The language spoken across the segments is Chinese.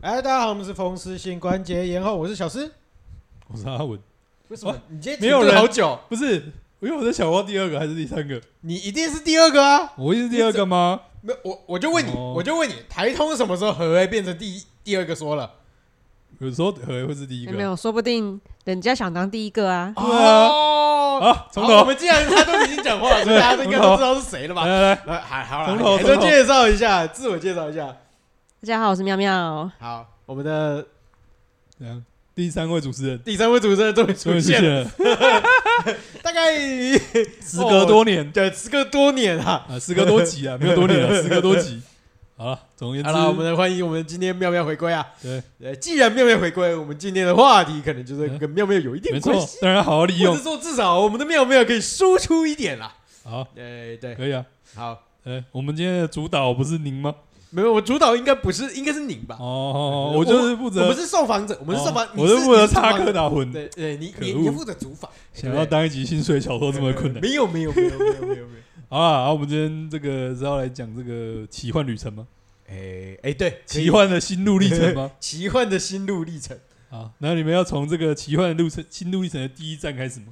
哎，大家好，我们是风湿性关节炎后，我是小诗。我是阿文，为什么你今天没有人好久？不是，因为我在想我要第二个还是第三个？你一定是第二个啊！嗯我一是第二个吗？没有，我我就问你，哦我就问你，台通什么时候合为变成第一第二个说了？有时候可能会是第一有哎没个有，说不定人家想当第一个啊。对啊哦，啊，从好我头们既然他都已经讲话了，所以大家都应该都知道是谁来了吧？来来，来，还好从了，头还是从头介绍一下，自我介绍一下。大家好，我是妙妙。好，我们的怎样？第三位主持人第三位主持人终于终出于出现现了，了，大概时隔多年对时隔多年啊。啊，时隔多集啊，没有多年了，时隔多集。好了，总而言好了，我们之，来欢迎我们今天妙妙回归啊！对，呃，既然妙妙回归，我们今天的话题可能就是跟妙妙有一嗯点没关错系，，当然好好利或用者，说至少我们的妙妙可以输出一点啦。好，对对，可以啊。好，哎，我们今天的主导不是您吗？没有，我主导应该不是，应该是您吧？哦，我我就是负我责们，是受访者，我们是受访哦，你我是负责插。你科是受访者打诨，对对，你可你恶你负责主访，想要当一集薪水小偷我这么困难。没有没有没有没有没有没有。好啦，然后我们今天这个是要来讲这个奇幻旅程吗？哎哎，对，可以奇幻的心路历程 吗？奇幻的心路历程，啊，那你们要从这个奇幻的路程、心路历程的第一站开始吗？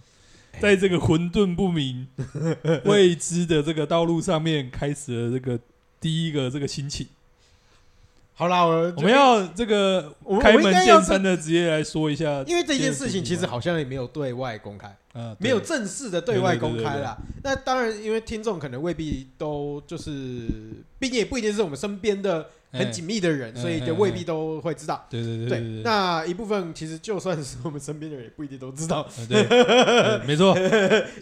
哎在这个混沌不 明、未知的这个道路上面，开始了这个第一个这个心情。好啦，我我们要这个我们开我们门应该要见山的直接来说一下，因为这件事情其实好像也没有对外公开。啊，对没有正式的对外公开啦。那当然，因为听众可能未必都就是，毕竟也不一定是我们身边的很紧，密的人，哎所以就未必都会知道。哎对对对对对，，对那一部分其实就算是我们身边的人，也不一定都知道。啊对对，没错， 因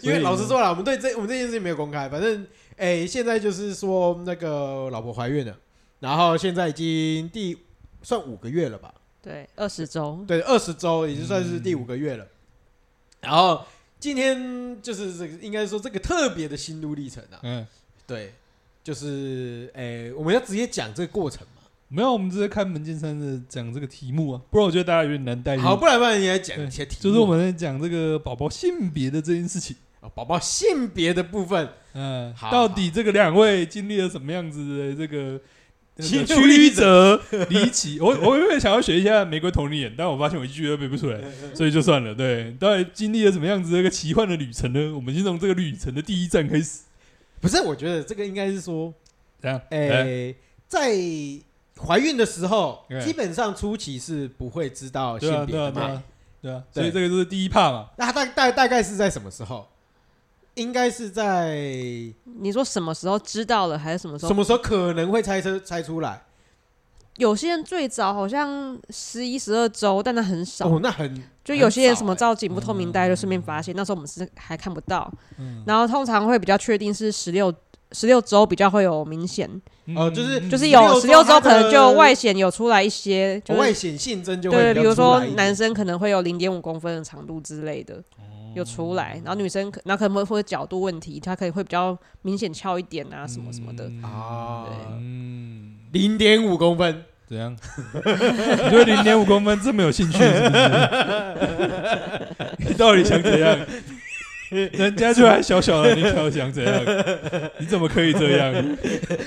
所为以老实说了，我们对这我们这件事情没有公开，反正哎，现在就是说那个老婆怀孕了，然后现在已经第算五个月了吧？对，二十周。对，二十周已经算是第五个月了。然后今天就是这个，应该说这个特别的心路历程啊。嗯，对，就是诶、我们要直接讲这个过程嘛。没有，我们直接开门见山的讲这个题目啊，不然我觉得大家有点难带入。好，不然不然你来讲对一些题目就是我们在讲这个宝宝性别的这件事情。啊宝宝性别的部分，嗯，好到底这个两位经历了什么样子的这个心曲路历曲折离奇？我我原本想要学一下玫瑰同龄眼，但我发现我一句都背不 出来，所以就算了。对，到底经历了什么样子的一个奇幻的旅程呢？我们先从这个旅程的第一站开始。不是？我觉得这个应该是说，这样，哎诶、来在怀孕的时候，哎基本上初期是不会知道对啊，性别对的啊，对嘛。啊，对啊，对所以这个就是第一趴嘛。那大大大概是在什么时候？应该是在你说什么时候知道了，还是什么时什候？么时候可能会猜测猜出来？有些人最早好像十一、十二周，但那很少。哦，那很就有些人什么照照镜不透明带，就顺便发现。那时候我们是还看不到，嗯，然后通常会比较确定是十六十六周比较会有明显，哦就是嗯就是有16十六周周可能就它的外显有出来一些，就外是显性征就会对，比比较如出说来一点男生可能会有零点五公分的长度之类的。有出来，哦然后女生可，然后可能会或者角度问题，她可能会比较明显翘一点嗯啊，什么什么的。啊，嗯，零点五公分，怎样？ 你对零点五公分这么有兴趣是不 是？你到底想怎 样？人家就还小小的，你想想怎样？你怎么可以这样？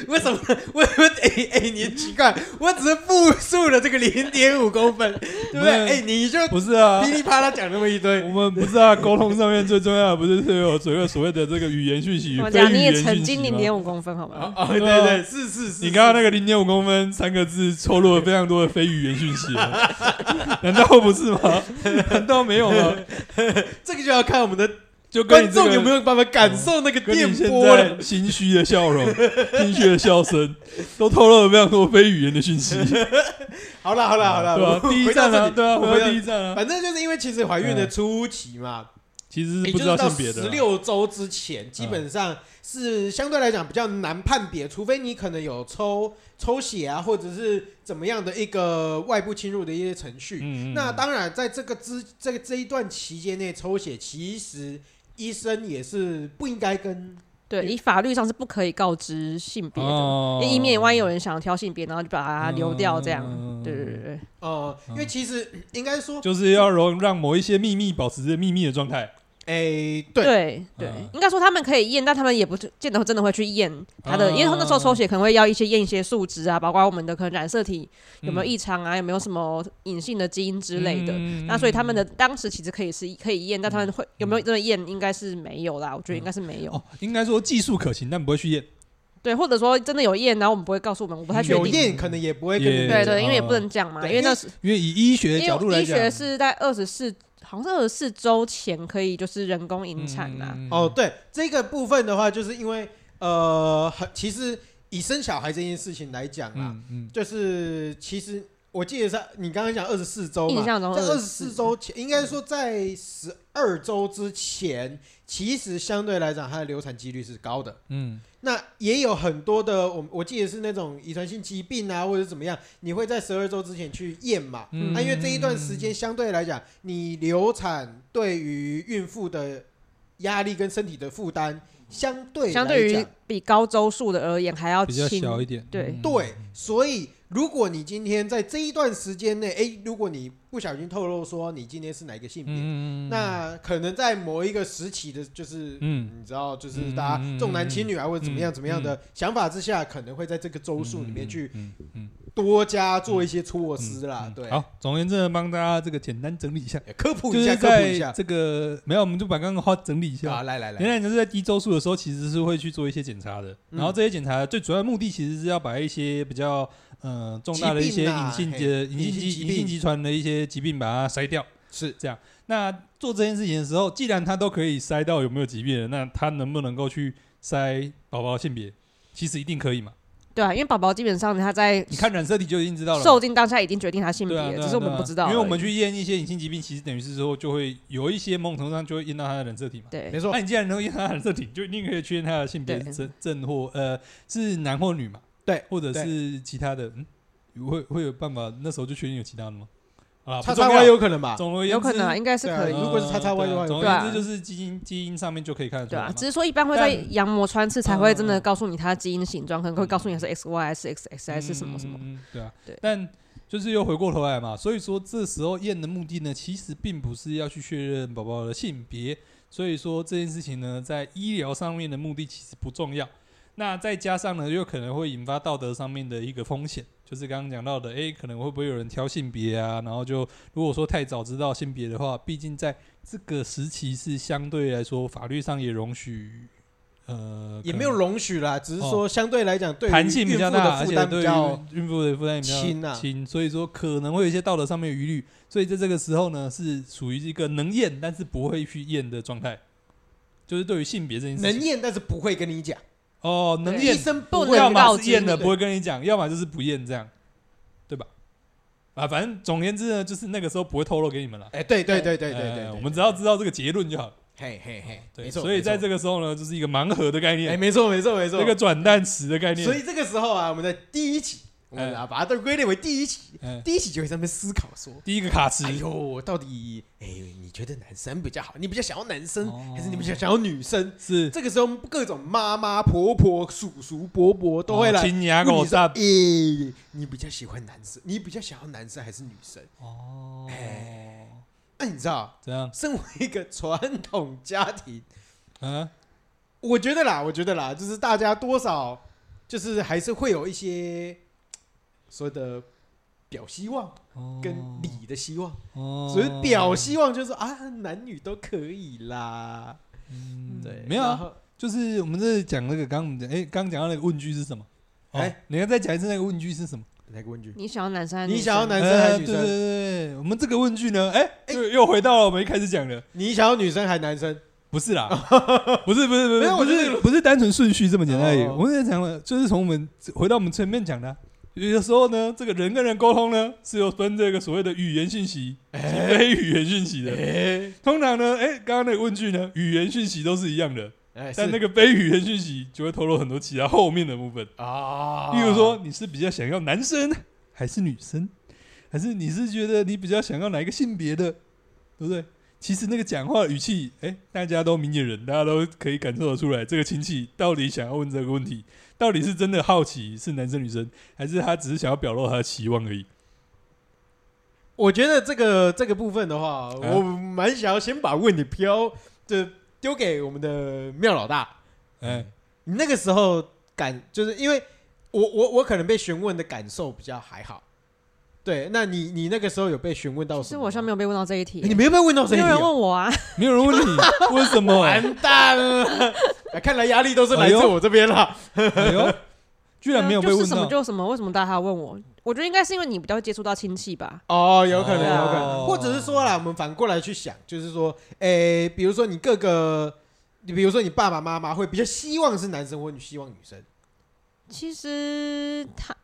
为什么？ 为什么？哎、哎、你很奇怪，我只是复述了这个零点五公分，对不对？哎、你就不是啊噼，里啪啦讲那么一堆我，们不是啊，沟通上面最重要的不是有所谓所谓的这个语言讯息与我非语讲你也言曾讯经息零吗？点五公分，好吗啊？啊，对对啊对，是是是，你刚刚那个零点五公分三个字，错落了非常多的非语言讯 息了，难道不是吗？ 难道没有吗？是这个就要看我们的就跟观你这众个嗯有没有办法感受那个 跟电你现波了。在心虚的笑容、心虚的笑声，都透露了非常多非语言的讯息。好了好了好了，对啊 我，第一站啊，对啊，我哎回们到第一站啊，反正就是因为其实怀孕的初期嘛，其实也是就不是知道到性别的十啊。六周之前，基本上是相对来讲比较难判别，除非你可能有抽抽血啊，或者是怎么样的一个外部侵入的一些程序。嗯那当然，在这个之这个这一段期间内抽血，其实医生也是不应该跟对，以法律上是不可以告知性别的，哦以免万一有人想挑性别，然后就把哦它流掉，这样。对对对对，嗯呃，因为其实应该说，就是要容让某一些秘密保持着秘密的状态。哎、诶，对，对对嗯，应该说他们可以验，但他们也不是见得真的会去验他的，嗯因为他那时候抽血可能会要一些验一些数值啊，包括我们的可能染色体有没有嗯异常啊，有没有什么隐性的基因之类的。嗯那所以他们的当时其实可以是可以验，但他们会有没有真的验，应该是没有啦。我觉得应该是没有，哦，应该说技术可行，但不会去验。对，或者说真的有验，然后我们不会告诉我们，我不太确有定。验可能也不会跟你也对对，因为也哦不能讲嘛，对因为因为那时因为以医学的因角度为来医讲，学是在二十四，好像是二十四周前可以就是人工引产啊呐、嗯哦，，对这个部分的话，就是因为呃，很其实以生小孩这件事情来讲啊，嗯嗯就是其实我记得是你刚刚讲二十四周嘛印，象中在二十四24周前，应该说在十二周之前，其实相对来讲它的流产几率是高的。嗯那也有很多的，我我记得是那种遗传性疾病啊，或者是怎么样，你会在十二周之前去验嘛？嗯那、因为这一段时间相对来讲，你流产对于孕妇的压力跟身体的负担，相对相对来于讲比高周数的而言还要比较轻。小一点，对嗯对，所以如果你今天在这一段时间内，诶，如果你不小心透露说你今天是哪一个性别，嗯那可能在某一个时期的，就是嗯你知道，就是嗯大嗯家嗯重男轻女啊，或者怎么样嗯怎么样的想法之下，可能会在这个周数里面去，嗯嗯嗯多加做一些措施嗯啦嗯。对，好，总而言之呢，帮大家这个简单整理一下，也科普就一下，是科普一在下这个没有，我们就把刚刚的话整理一啊，下。来来原来，来你就是在低周数的时候，其实是会去做一些检查的。嗯然后这些检查最主要的目的，其实是要把一些比较呃重大的一些疾病啊隐性嘿的隐隐性疾性疾隐性病遗传的一些疾病，把它筛掉。是这样。那做这件事情的时候，既然他都可以筛到有没有疾病了，那他能不能够去筛宝宝性别？其实一定可以嘛。对啊，因为宝宝基本上他在你看染色体就已经知道了嘛受。精当下已经决定他性别对啊，了，对啊只是我们对啊不知道而已。因为我们去验一些隐性疾病，其实等于是说就会有一些某种程度上就会验到他的染色体嘛。对没错那，你既然能够验他的染色体，就一定可以确认他的性别对是正正或呃是男或女嘛？对，或者是其他的，嗯，会会有办法那时候就确定有其他的吗？啊，叉不叉重 Y 要。有可能吧？总而言有可之能啊，应该是对啊可以如。果是叉叉 Y 的话呃对啊总对啊而言之就是基因基因上面就可以看得出对来啊嘛，。只是说一般会在但羊膜穿刺才会真的嗯告诉你它的基因形状，可能会告诉你它是 X Y 还是 X X 还是什么什么。嗯，嗯嗯对啊，对但就是又回过头来啊嘛，所以说这时候验的目的呢，啊其实并不是要去确认宝宝的性别，所以说这件事情呢，在医疗上面的目的其实不重要。那再加上呢，又可能会引发道德上面的一个风险， 就是刚刚讲到的，诶，可能会不会有人挑性别啊？然后就如果说太早知道性别的话，毕竟在这个时期是相对来说法律上也容许，呃，也可没有能容许啦，只是说相对来讲，对哦于弹性比孕较妇大，的而负且担对比于较孕妇的负担也比较轻啊轻，所以说可能会有一些道德上面的疑虑，所以在这个时候呢，是属于一个能验但是不会去验的状态，就是对于性别这件事能情，验，但是不会跟你讲，哦，能对医验，生不会能要跟你告么知是验了你不会跟你讲，要么就是不验这样，对吧？啊，反正总而言之呢，就是那个时候不会透露给你们了。哎，对对对对对呃对对，我们只要知道这个结论就好了。嘿嘿嘿，对，没错，所以在这个个时候呢，就是一个盲盒的概哎，念，没错没错没错，这个转蛋池的概念。哎所以这个时候啊，我们的第一期，我们啊把它都归类为第一期，嗯，第一期就会在那边思考说，第一个卡池哎，呦，到底哎，你觉得男生比较好？你比较想要男生，哦还是你比较想要女生？是这个时候，各种妈妈、婆婆、叔叔、伯伯都会来哦亲牙问口你说：“上。哎，你比较喜欢男生？你比较想要男生还是女生哎哦，那你知道，怎样？身为一个传统家庭，嗯，我觉得啦，我 觉得啦，就是大家多少就是还是会有一些所谓的表希望跟里的希望。哦所以表希望就是啊，男女都可以啦。嗯对，没有然啊，后就是我们这讲那个刚刚我们讲，哎，刚刚讲到那个问句是什么？哦哎，你要再讲一次那个问句是什么？来个问句，你想要男生还是你女想要生男生还是呃女对对生？对，对我们这个问句呢，哎，哎又又回到了我们一开始讲的，你想要女生还是男生？ 不是啦，不是不是不是没有不我觉得是不是单纯顺序这么简单而已。哦我们在讲的，就是从我们回到我们前面讲的啊、有的时候呢，这个人跟人沟通呢是有分这个所谓的语言讯息、非语言讯息的。哎通常呢，哎，刚刚那个问句呢，语言讯息都是一样的，哎，但那个个非语言讯息就会透露很多其他后面的部分。啊，例如说，你是比较想要男生还是女生，还是你是觉得你比较想要哪一个性别的，对不对？其实那个讲话语气，哎，大家都明眼人，大家都可以感受得出来，这个亲戚到底想要问这个问题，到底是真的好奇是男生女生，还是他只是想要表露他的期望而已？啊我觉得这个这个部分的话，我蛮想要先把问题飘就丢给我们的妙老大，哎，你嗯那个时候感就是因为我我我可能被询问的感受比较还好，对，那你你那个时候有被询问到其什实么？我好像没有被问到这一哎题，欸你没有被问到这没一题有哦、人问我啊，没有人问你为什么？哎完蛋了！ 哎看来压力都是来自哎呦我这边了。哎呦，居然没有被 就问是什到么，就什么，为什么大家要问我？我觉得应该是因为你比较接触到亲戚吧，哎哦，有可能，哦有可能，或者是说啦，我们反过来去想，就是说，诶、比如说你各个，你比如说你爸爸妈妈会比较希望是男生，或你希望女生。其实他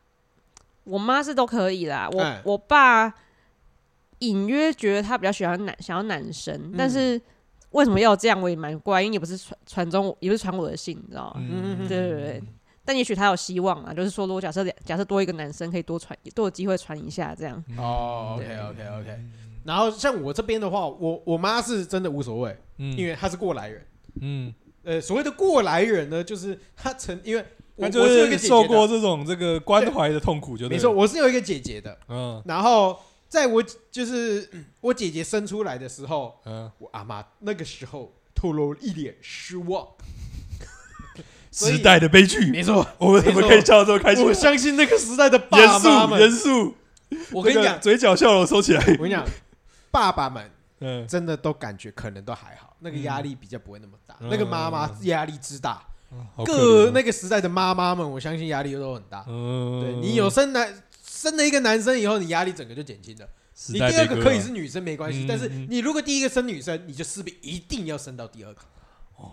我妈是都可以啦，我、哎我爸隐约觉得他比较喜欢男想要男生，嗯但是为什么要这样我也蛮怪，因为也不是传传中也不是传我的信，你啊知道吗？嗯对对对。但也许他有希望啊，就是说，如果假设两假设多一个男生，可以多传多有机会传一下这样。嗯哦，OK，OK，OK。然后像我这边的话，我我妈是真的无所谓，嗯，因为她是过来人。嗯，呃，所谓的过来人呢，就是她曾因为我他就我是有一个姐受姐过的，这种这个关怀的痛苦，就对没了错，，我是有一个姐姐的。嗯然后在我就是嗯我姐姐生出来的时候，嗯，我阿妈那个时候透露一脸失望。所以时代的悲剧，错，我们怎么没错可以笑得这么开心我？相信那个时代的爸严妈肃，们。 严肃，我跟你这讲个，嘴角笑容收起来。我跟你讲，爸爸们嗯，真的都感觉可能都还好，那个压力比较不会那么大。嗯那个妈妈压力之大，好可怜各哦那个时代的妈妈们，我相信压力都很大。嗯，对你有生男生了一个男生以后，你压力整个就减轻了。时你代第二悲个歌可以啊是女生没关系嗯，但是嗯你如果第一个生女生，你就势必一定要生到第二个。哦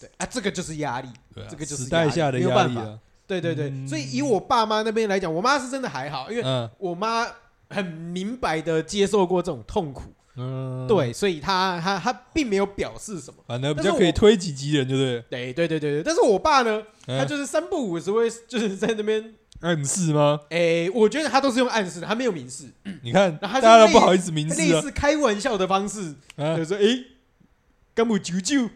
对啊，这个就是压力。对啊这个就是时代下的压力没有压办力法啊。对对对，嗯所以以我爸妈那边来讲，我妈是真的还好，因为嗯我妈很明白的接受过这种痛苦，嗯，，对，所以她她她并没有表示什么。反正比但较是可以我推己及人，对不对？对对对对对，但是我爸呢，他嗯就是三不五时会就是在那边，暗示吗？哎，我觉得他都是用暗示的，他没有明示，你看，然嗯后大他就家都类不好意思明示类啊似开玩笑的方式，啊就，说哎，干母舅舅，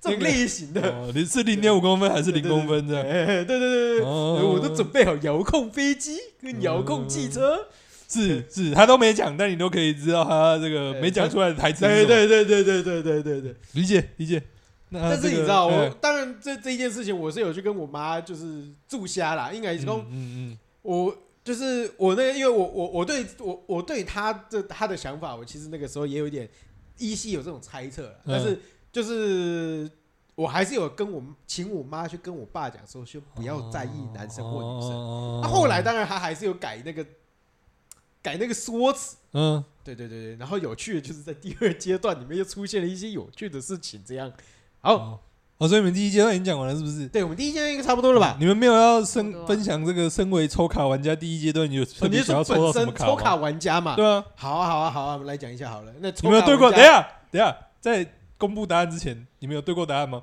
这种类型的，哦你是零点五公分还是对零对公分这样？哎，对对对对，哦 嗯我都准备好遥控飞机跟遥控汽车。是是，他都没讲，但你都可以知道他这个对没讲出来的台词是哎对什么。对对对对对对对对。理解理解。那但是啊这你个知道，我哎当然这这一件事情，我是有去跟我妈就是住虾啦，应该是嗯讲嗯我就是我那个，因为我我我对我我对她的她的想法，我其实那个时候也有一点依稀有这种猜测啦，嗯但是就是。我还是有跟我请我妈去跟我爸讲说，先不要在意男生或女生。生那、后来当然他还是有改那个改那个说辞，嗯，对对对对，然后有趣的就是在第二阶段里面又出现了一些有趣的事情，这样。好，哦哦，所以你们第一阶段已经讲完了，是不是？对我们第一阶段应该差不多了吧？你们没有要差不身多啊分享这个身为抽卡玩家第一阶段，你有特哦你别是想要说抽到本什么身抽卡吗？玩家嘛？对啊，好啊好啊好啊，我们来讲一下好了。那抽你们有卡对过？玩等家一下等一下，在公布答案之前，你们有对过答案吗？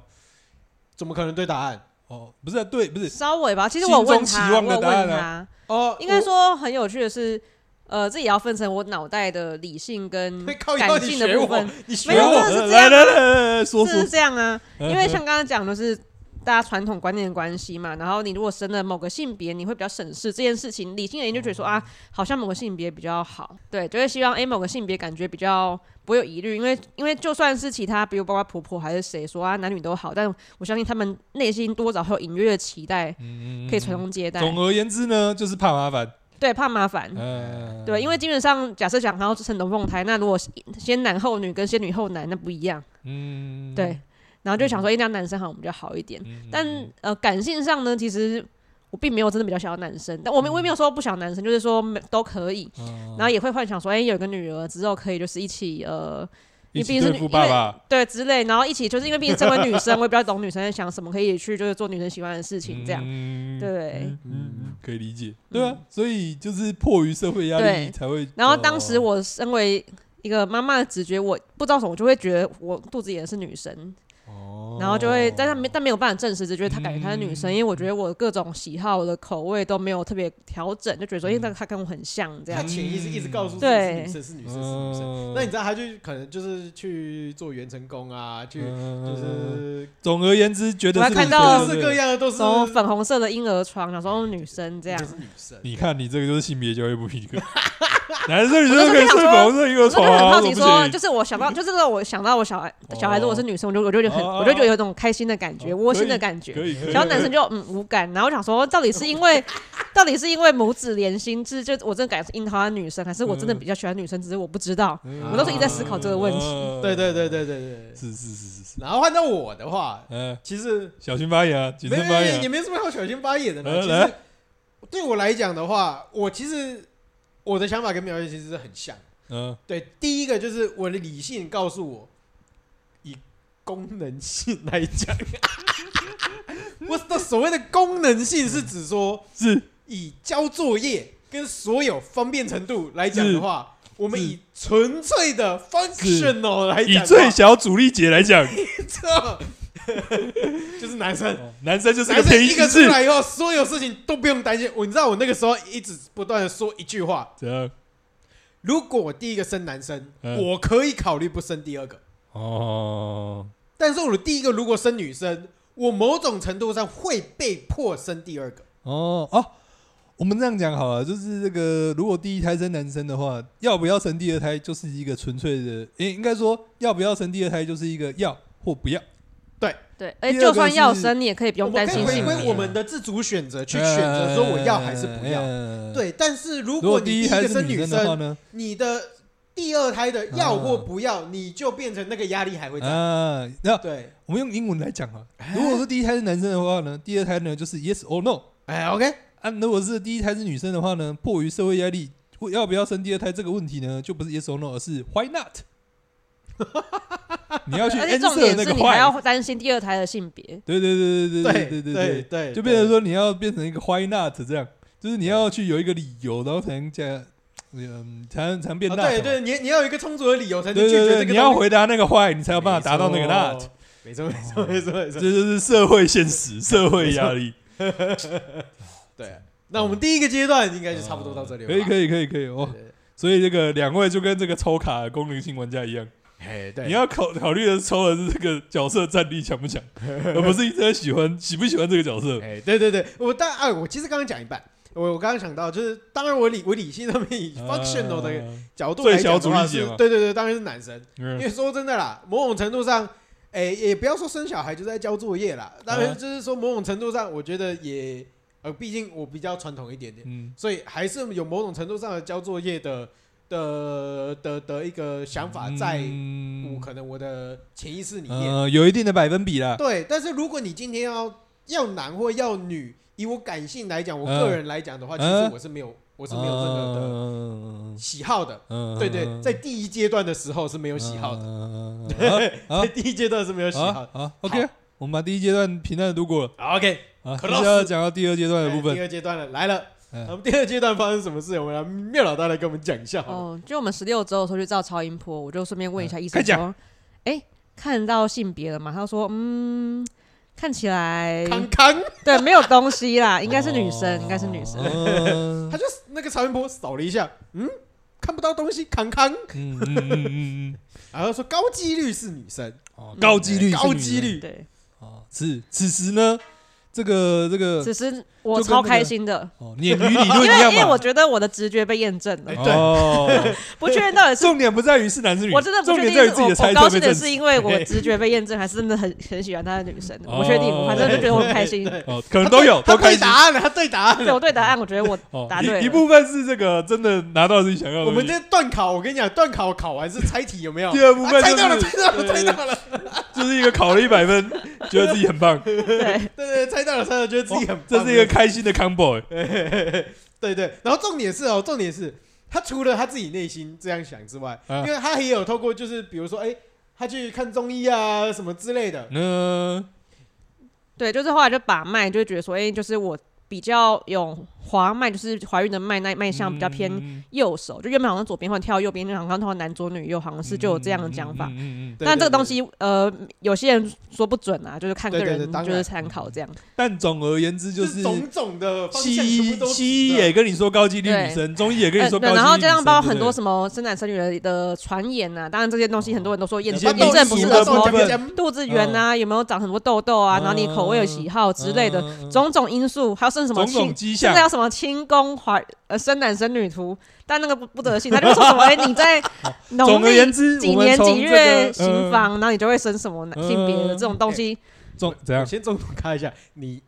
怎么可能对答案？哦，不是啊对，不是稍微吧，其实我有问心中他，期望我的有答案啊问他，哦，应该说很有趣的是，呃，这也要分成我脑袋的理性跟我 靠，感你性的学部我分，，你学没有我，真 的是这来样来来来来，说就说是，这样啊。嗯 因为像刚刚讲的是大家传统观念的关系嘛，然后你如果生了某个性别，你会比较审视这件事情，理性的人就觉得嗯说啊，好像某个性别比较好，对，就会希望诶哎某个性别感觉比较不会有疑虑，因为因为就算是其他，比如包括婆婆还是谁说啊男女都好，但我相信他们内心多少会有隐约的期待，嗯可以传宗接代，总而言之呢，就是怕麻烦。对，怕麻烦，嗯，对，因为基本上假设讲到生龙凤胎，那如果是先男后女跟先女后男，那不一样，嗯，对。然后就想说，哎、那男生好像比较好一点。嗯，但呃，感性上呢，其实我并没有真的比较想要男生，但我没我也没有说不想男生，就是说没都可以。嗯然后也会幻想说，哎、有一个女儿之后可以就是一起呃，一你起毕竟是对女付爸爸，对之类，然后一起就是因为毕竟身为女生，我也比较懂女生在想什么，可以去就是做女生喜欢的事情这样。嗯对嗯嗯，嗯可以理解，对啊，所以就是迫于社会压力对才会。然后当时哦我身为一个妈妈的直觉，我不知道什么，我就会觉得我肚子里的是女生。哦然后就会，但他没但没有办法证实，只觉得她感觉她是女生，因为我觉得嗯我各种喜好、我的口味都没有特别调整，就觉得说，因嗯为她跟我很像这他样。潜意识一直告诉自己是对女生是女生是女生。嗯那你知道他就可能就是去做元成功啊，去就嗯是总而言之，觉得我还是看女到各生式各。样的都是从粉红色的婴儿床，想说哦女生这样就，是女对生不对。你看，你这个就是性别教育不平 衡。男生女生可我那以睡时候想说房睡一个我真床的很啊，好为奇什么不说，行嗯就是我想到，就是我想到我小孩小孩如果是女生，我就我就觉得很，哦我就觉得有一种开心的感觉，哦窝心的感觉。可以可以。然后男生就嗯无感，然后我想说，到底是因为， 到底是因为母子连心，是就我真的感觉是樱桃的女生，还是我真的比较喜欢女生，只是我不知道。嗯，我那时候一直在思考这个问题嗯对对对，对对对。是是是是是，然后换到我的话，嗯，其实小心发言啊，谨没慎没发没言也啊。没什么好小心发言的呢。呃其来实对我来讲的话，我其实我的想法跟苗月其实是很像。嗯，对，第一个就是我的理性告诉我，以功能性来讲， 我的所谓的功能性是指说，是以交作业跟所有方便程度来讲的话，我们以纯粹的 functional 来以讲的话，最小阻力姐来讲， 这 就是男生。男生哦就是男个生偏一心个出是来以后，所有事情都不用担心。我你知道，我那个时候一直不断的说一句话：怎样？如果我第一个生男生，嗯我可以考虑不生第二个。哦，但是我的第一个如果生女生，我某种程度上会被迫生第二个。哦哦，我们这样讲好了，就是这个，如果第一胎生男生的话，要不要生第二胎就是一个纯粹的，诶，应该说要不要生第二胎就是一个要或不要，对，而第且二个就算要是生，你也可以不我用们担可心以回性心归理我别。们的自主选择，去选择说我要还是不要。要。对，但是嗯如如果果你第一胎个是生女的话生，呢？你的第二胎的要或不要，你就变成那个压力还会在。啊，那对，我们用英文来讲哈，如果说第一胎是男生的话呢，第二胎呢就是 yes or no。哎，OK，啊，如果是第一胎是女生的话呢，迫于社会压力，会要不要生第二胎这个问题呢，就不是 yes or no，而是 why not？你要去而且重点 answer 那是个你还 why，要担心第二胎的性别。对对对对对对对对对，就变成说你要变成一个 why not 这样，就是你要去有一个理由，然后才能加，嗯，才能才能变哦 not 嘛。对对，你你要有一个充足的理由才能对拒绝这对个对，东西。你要回答那个 why，你才有办法达到那个没 not 错。。没错，没错，没错，没这错。就是社会现实，社会压力。对，那我们第一个阶段应该哎就差不多到这里了吧。可以可以可以可以哦对。对对所以这个两位就跟这个抽卡的功能性玩家一样，哎，对，你要考考虑的是抽的是这个角色战力强不 强，而不是一直在喜欢喜不喜欢这个角色。哎，对对对，我当啊，我其实刚刚讲一半，我我刚刚想到就是，当然我理我理性上面以 functional 的啊角嗯度最来小讲的主话义解是嘛，对对对，当然是男生，因嗯为说真的啦，某种程度上。哎、也不要说生小孩就是在交作业啦，当嗯然就是说某种程度上，我觉得也呃，毕竟我比较传统一点点，嗯，所以还是有某种程度上的交作业的的的的一个想法在嗯我可能我的潜意识里面。呃有一定的百分比啦。 对，但是如果你今天要要男或要女，以我感性来讲，我嗯个人来讲的话，其实嗯我是没有我是没有这个的嗯喜好的。嗯对对，在第一阶段的时候是没有喜好的，的啊在第一阶段是没 有喜好的啊。啊！OK，我们把第一阶段平淡的度过了好 OK，啊，接 Close 下来讲到第二阶段的呃部哎第分。二阶段了，来了。嗯我们第二阶段发生什么事？我们来妙老大来跟我们讲一下好了。哦，就我们十六周的时候去照超音波，我就顺便问一下医嗯快生讲说，哎，看到性别了吗？他说，嗯，看起来康康，对，没有东西 啦，应该是女哦生，应该是女生。啊嗯他就那个曹云波扫了一下，嗯，看不到东西，康康，嗯嗯嗯嗯 然后说高几率是女生，嗯，高几率，哦高几率，对，啊！是，此时呢，这个这个此时我就跟那超个开心的，哦，鲶鱼理论因一为样因为我嘛。觉得我的直觉被验证了，哦，不确定到底是重点不在于是男是女，我真的不重确定点在于是自己我的猜我测高被兴证的实是。因为我直觉被验证，还是真的很很喜欢她的女生，我不确定，哦我反正就觉得我很开心。哦，可能都有，他都开对心答。案了，他对答案了对，我对答案，我觉得我哦答，对了一一部分是这个真的拿到自己想要的。我们这段考，我跟你讲，段考考完是猜题有没有？第二部啊分猜就到了，是猜到了，对猜到了，就是一个考了一百分，觉得自己很棒，对，对对，猜到了，猜到了，觉 得自己很棒，哦这是一个开心的 combo。对对。然后重点是哦，重点是他除了他自己内心这样想之外，嗯因为他也有透过就是比如说，哎，他去看中医啊什么之类的，那对，就是后来就把脉，就会觉得说，哎，就是我比较有滑脉，就是怀孕的脉那脉象比较偏嗯右手，就原本好像左边换跳右边，就好像通常男左女右，好像是就有这样的讲法。嗯嗯嗯嗯对但这个对东西，呃，有些人说不准啊，就是看个对对人对，当就是然参考这样。但总而言之，就就是是种种的方西向全部医都啊西医死了也跟你说高几率女对生，中医也跟你呃说对，高几率女生，然后这样包括很对不多对什么生产生育的传言呐、啊，当然这些东西很多人都说验一些证验证不是民俗的的什么部分肚子圆啊，有没有长很多痘痘啊，然后你口味有喜好之类的，嗯嗯嗯嗯种种因素，还有甚至什么种种亲，迹甚象至，有什么清宫怀呃生男生女图，但那个不不得信，他就会说什么哎、你在农总而言历之，几我们年从几这月个行，呃房，然后你就会生什么男性别的嗯这种东西，总怎我样？先重点看一下你。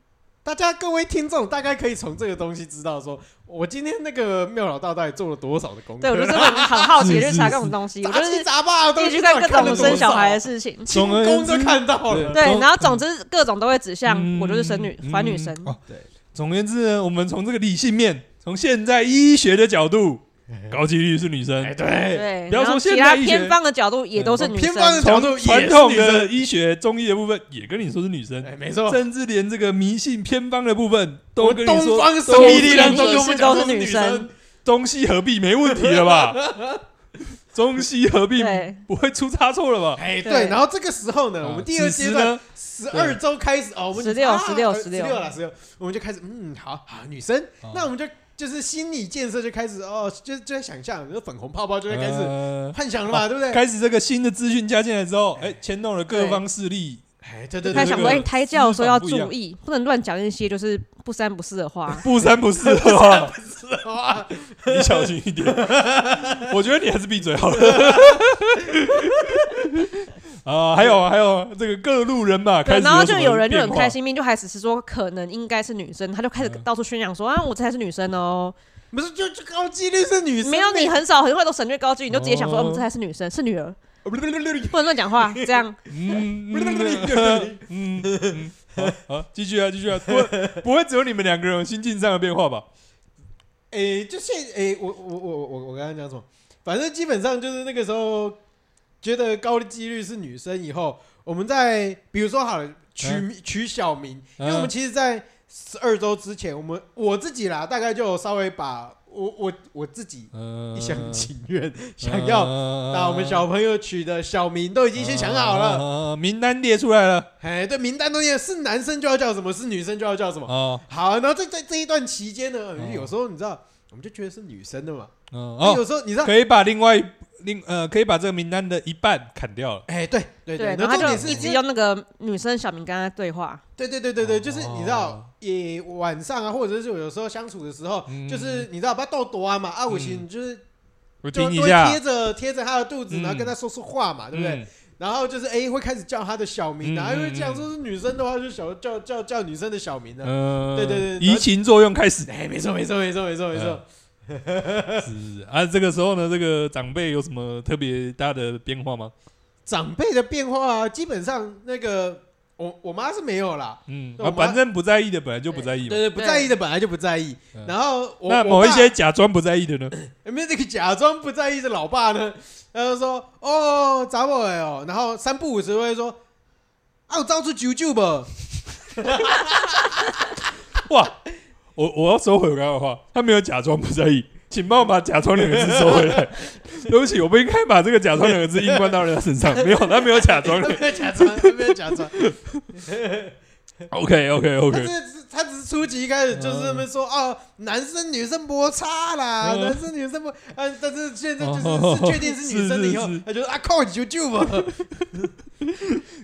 大家各位听众大概可以从这个东西知道说，我今天那个妙老大到底做了多少的功课，对我就 真的很好奇是去是查各是种东西，我杂就七是杂八的自东己西去到看底各看种了生多小少孩的事情。轻总而言功都之看到了，对，总然后总之各种都会指向嗯我就是生女怀女嗯生，哦对总而言之呢，我们从这个理性面，从现在医学的角度，高几率是女哎生。对，对，不要然说后现其他代医学偏方的角度也都是嗯女偏生，方的角度从传也是统女生的医学中医的部分也跟你说是女生，哎没错，甚至连这个迷信偏方的部分都我跟你东说方神秘都力量是都跟我们讲都是是女生生，东西合璧没问题了 吧？中西合璧对不会出差错了吧？哎对，对然后这个时候呢，呃我们第二啊此阶时段呢，十二周开始哦，我们16啊16十六16了，十六，我们就开始嗯，好好女生哦，那我们就就是心理建设就开始哦，就就在想象，就粉红泡泡就会开始始幻想了嘛，对不对？呃开始这个新的资讯加进来之后，哎，牵动了各对方势力，哎，对对对就开开始始想对对想说，说哎，哎胎教的时候要注意，不能乱讲一些就是不三不四的话。不三 不四的话，哇你小心一点。我觉得你还是闭嘴好 了。啊，还有啊，还有啊这个各路人马开对，始，然后就有人就很开，心病，就还只是说可能应该是女生，他就开始嗯到处宣扬说啊，我才是女生哦。 不是就就高几率是女生，没有你 很少很快都省略高句，你就直接想说，哦嗯，这才是女生，是女儿，不是不是不是不能乱 讲话，这样嗯嗯嗯嗯，好，好继续啊，继续啊，不会不会只有你们两个人有心境上的变化吧？诶，哎就现诶，我我我我我我刚刚讲什么？反正基本上就是那个时候觉得高的几率是女生以后，我们在比如说好了，取嗯名取小名，因嗯为我们其实，在十二周之前，我们我自己啦，大概就有稍微把我我我自己嗯一厢情愿嗯想要把我们小朋友取的小名都已已经先想好了，了，呃名单列出来了哎，对，名单都念是男生就要叫什么，是女生就要叫什么。哦，好，然后在在这一段期间呢，哎哦有时候你知道，我们就觉得是女生的嘛，嗯那哦，有时候你知道。可以把另外一另呃，可以把这个名单的一半砍掉了。哎，对对对，然那后重他点就是一因直为用那个女生小名跟他对话，对对对对对，就是哦你知道，也晚上啊，或者是有时候相处的时候，嗯就是你知道，把豆朵啊嘛，啊，我行，就是我就听一会下贴，着贴着他的肚子，嗯然后跟他说说话嘛，对不对？嗯？然后就是哎，会开始叫他的小嗯名，然后因为嗯这样说是女生的话，就小叫叫叫女生的小名呢。嗯对对对移情作用开 始。哎，没错没错没错没错没错嗯，是啊，这个时候呢，这个长辈有什么特别大的变化吗？长辈的变化啊，基本上那个我我妈是没有啦，嗯，我啊，妈反正不在意的本来就不在意嘛。对对，不对在意的本来就不在意嗯。然后我那我某一爸些假装不在意的呢？ 有没有那个假装不在意的老爸呢？他就说：“哦，咋不哎哦？”然后三不五时会说：“啊，我招出九九吧。 哇，我我要收回我刚刚的话，他没有假装不在意， 请帮我把“假装”两个字收回来。 对不起，我不应该把这个“假装”两个字硬灌到人家身上。没有，他没有假”他装 的。没有 假装，他没有假装， OK OK 他 OK，只是他只是初级一开始就是那么说：“哦，男生女生摩擦啦，嗯男生女生不……啊，但是现在就是哦是确定是女生了以 后是是是，他就说啊，靠九九吧。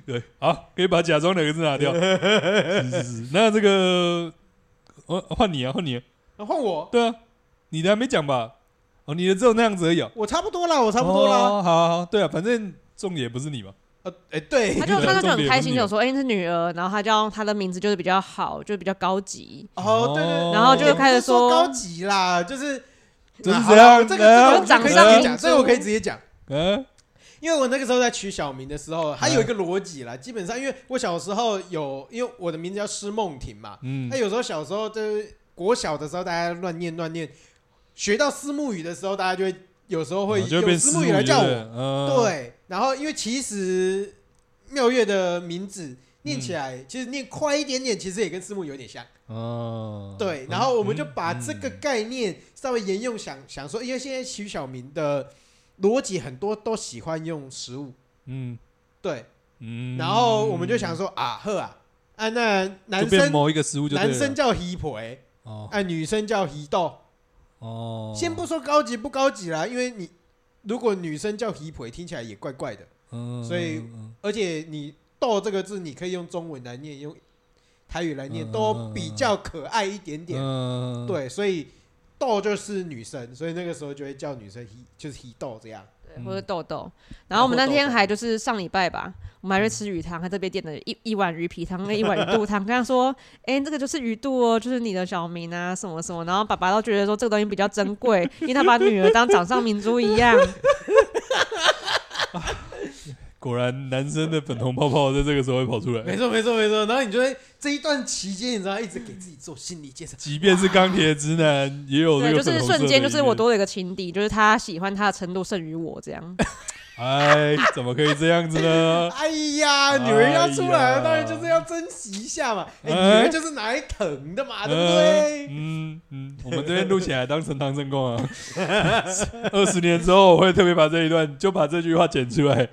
对，好，可以把“假装”两个字 拿掉。是是是，那这个，我换你啊，换你、啊。”然后换我，对啊，你的还没讲吧？哦，你的只有那样子而已、啊。我差不多啦，我差不多啦。哦好好好，对啊，反正重点不是你嘛。呃，哎，对，他 就对他就重很点开不是心，你就说哎是女儿，然后他叫他的名字就是比较好，就比较高级，哦，对对，然后就也不开始是说说高级啦，就是这是怎啊好啦样这个这个我就掌可以上直接明讲，这个我可以珠直接讲，嗯、因为我那个时候在取小名的时候，它有一个逻辑啦，基本上因为我小时候有，因为我的名字叫施梦婷嘛，嗯那，有时候小时候就是国小的时候，大家乱念乱念，学到思慕语的时候，大家就会有时候会哦就变用思慕语来叫我，嗯，对，然后因为其实妙月的名字。念起来其实念快一点点，其实也跟字幕有点像。嗯哦，对，嗯然后我们就把嗯这个嗯概念稍微沿用，想想说，因为现在徐小明的逻辑很多都喜欢用食物，嗯对，嗯，然后我们就想说啊呵啊，啊那男就变生某一个食物就对了男生叫 he 婆，哦啊女生叫 he 豆，哦，先不说高级不高级啦，因为你如果女生叫 he 婆，听起来也怪怪的，嗯，所以嗯而且你豆这个字，你可以用中文来念，用台语来念，嗯都比较可爱一点点。嗯，对，所以豆就是女生，所以那个时候就会叫女生 he 就是 he 豆这样。对嗯或者豆豆。然后我们或那天豆豆还就是上礼拜吧，我嗯们还去吃鱼汤，还特别点了一一碗鱼皮汤跟一碗鱼 肚汤，跟他说：“哎、这个就是鱼肚哦，就是你的小名啊，什么什么。”然后爸爸都觉得说这个东西比较珍贵，因为他把女儿当掌上明珠一样。果然男生的粉红泡泡在这个时候会跑出来 没，错，没错，没错。然后你就会这一段期间，你知道一直给自己做心理建设。即便是钢铁直男也有这对，就个粉是红色的瞬间，就一是面我多了一个情敌，就是他喜欢他的程度胜于我 这样。哎，怎么可以这样子呢？哎呀，女人要出来哎了，呀当然就是要珍惜一下嘛。哎，哎女人就是拿来疼的啊嘛，对不对？嗯嗯，我们这边录起来当成唐僧供啊。 二十年之后，我会特别把这一段就把这句话剪出来，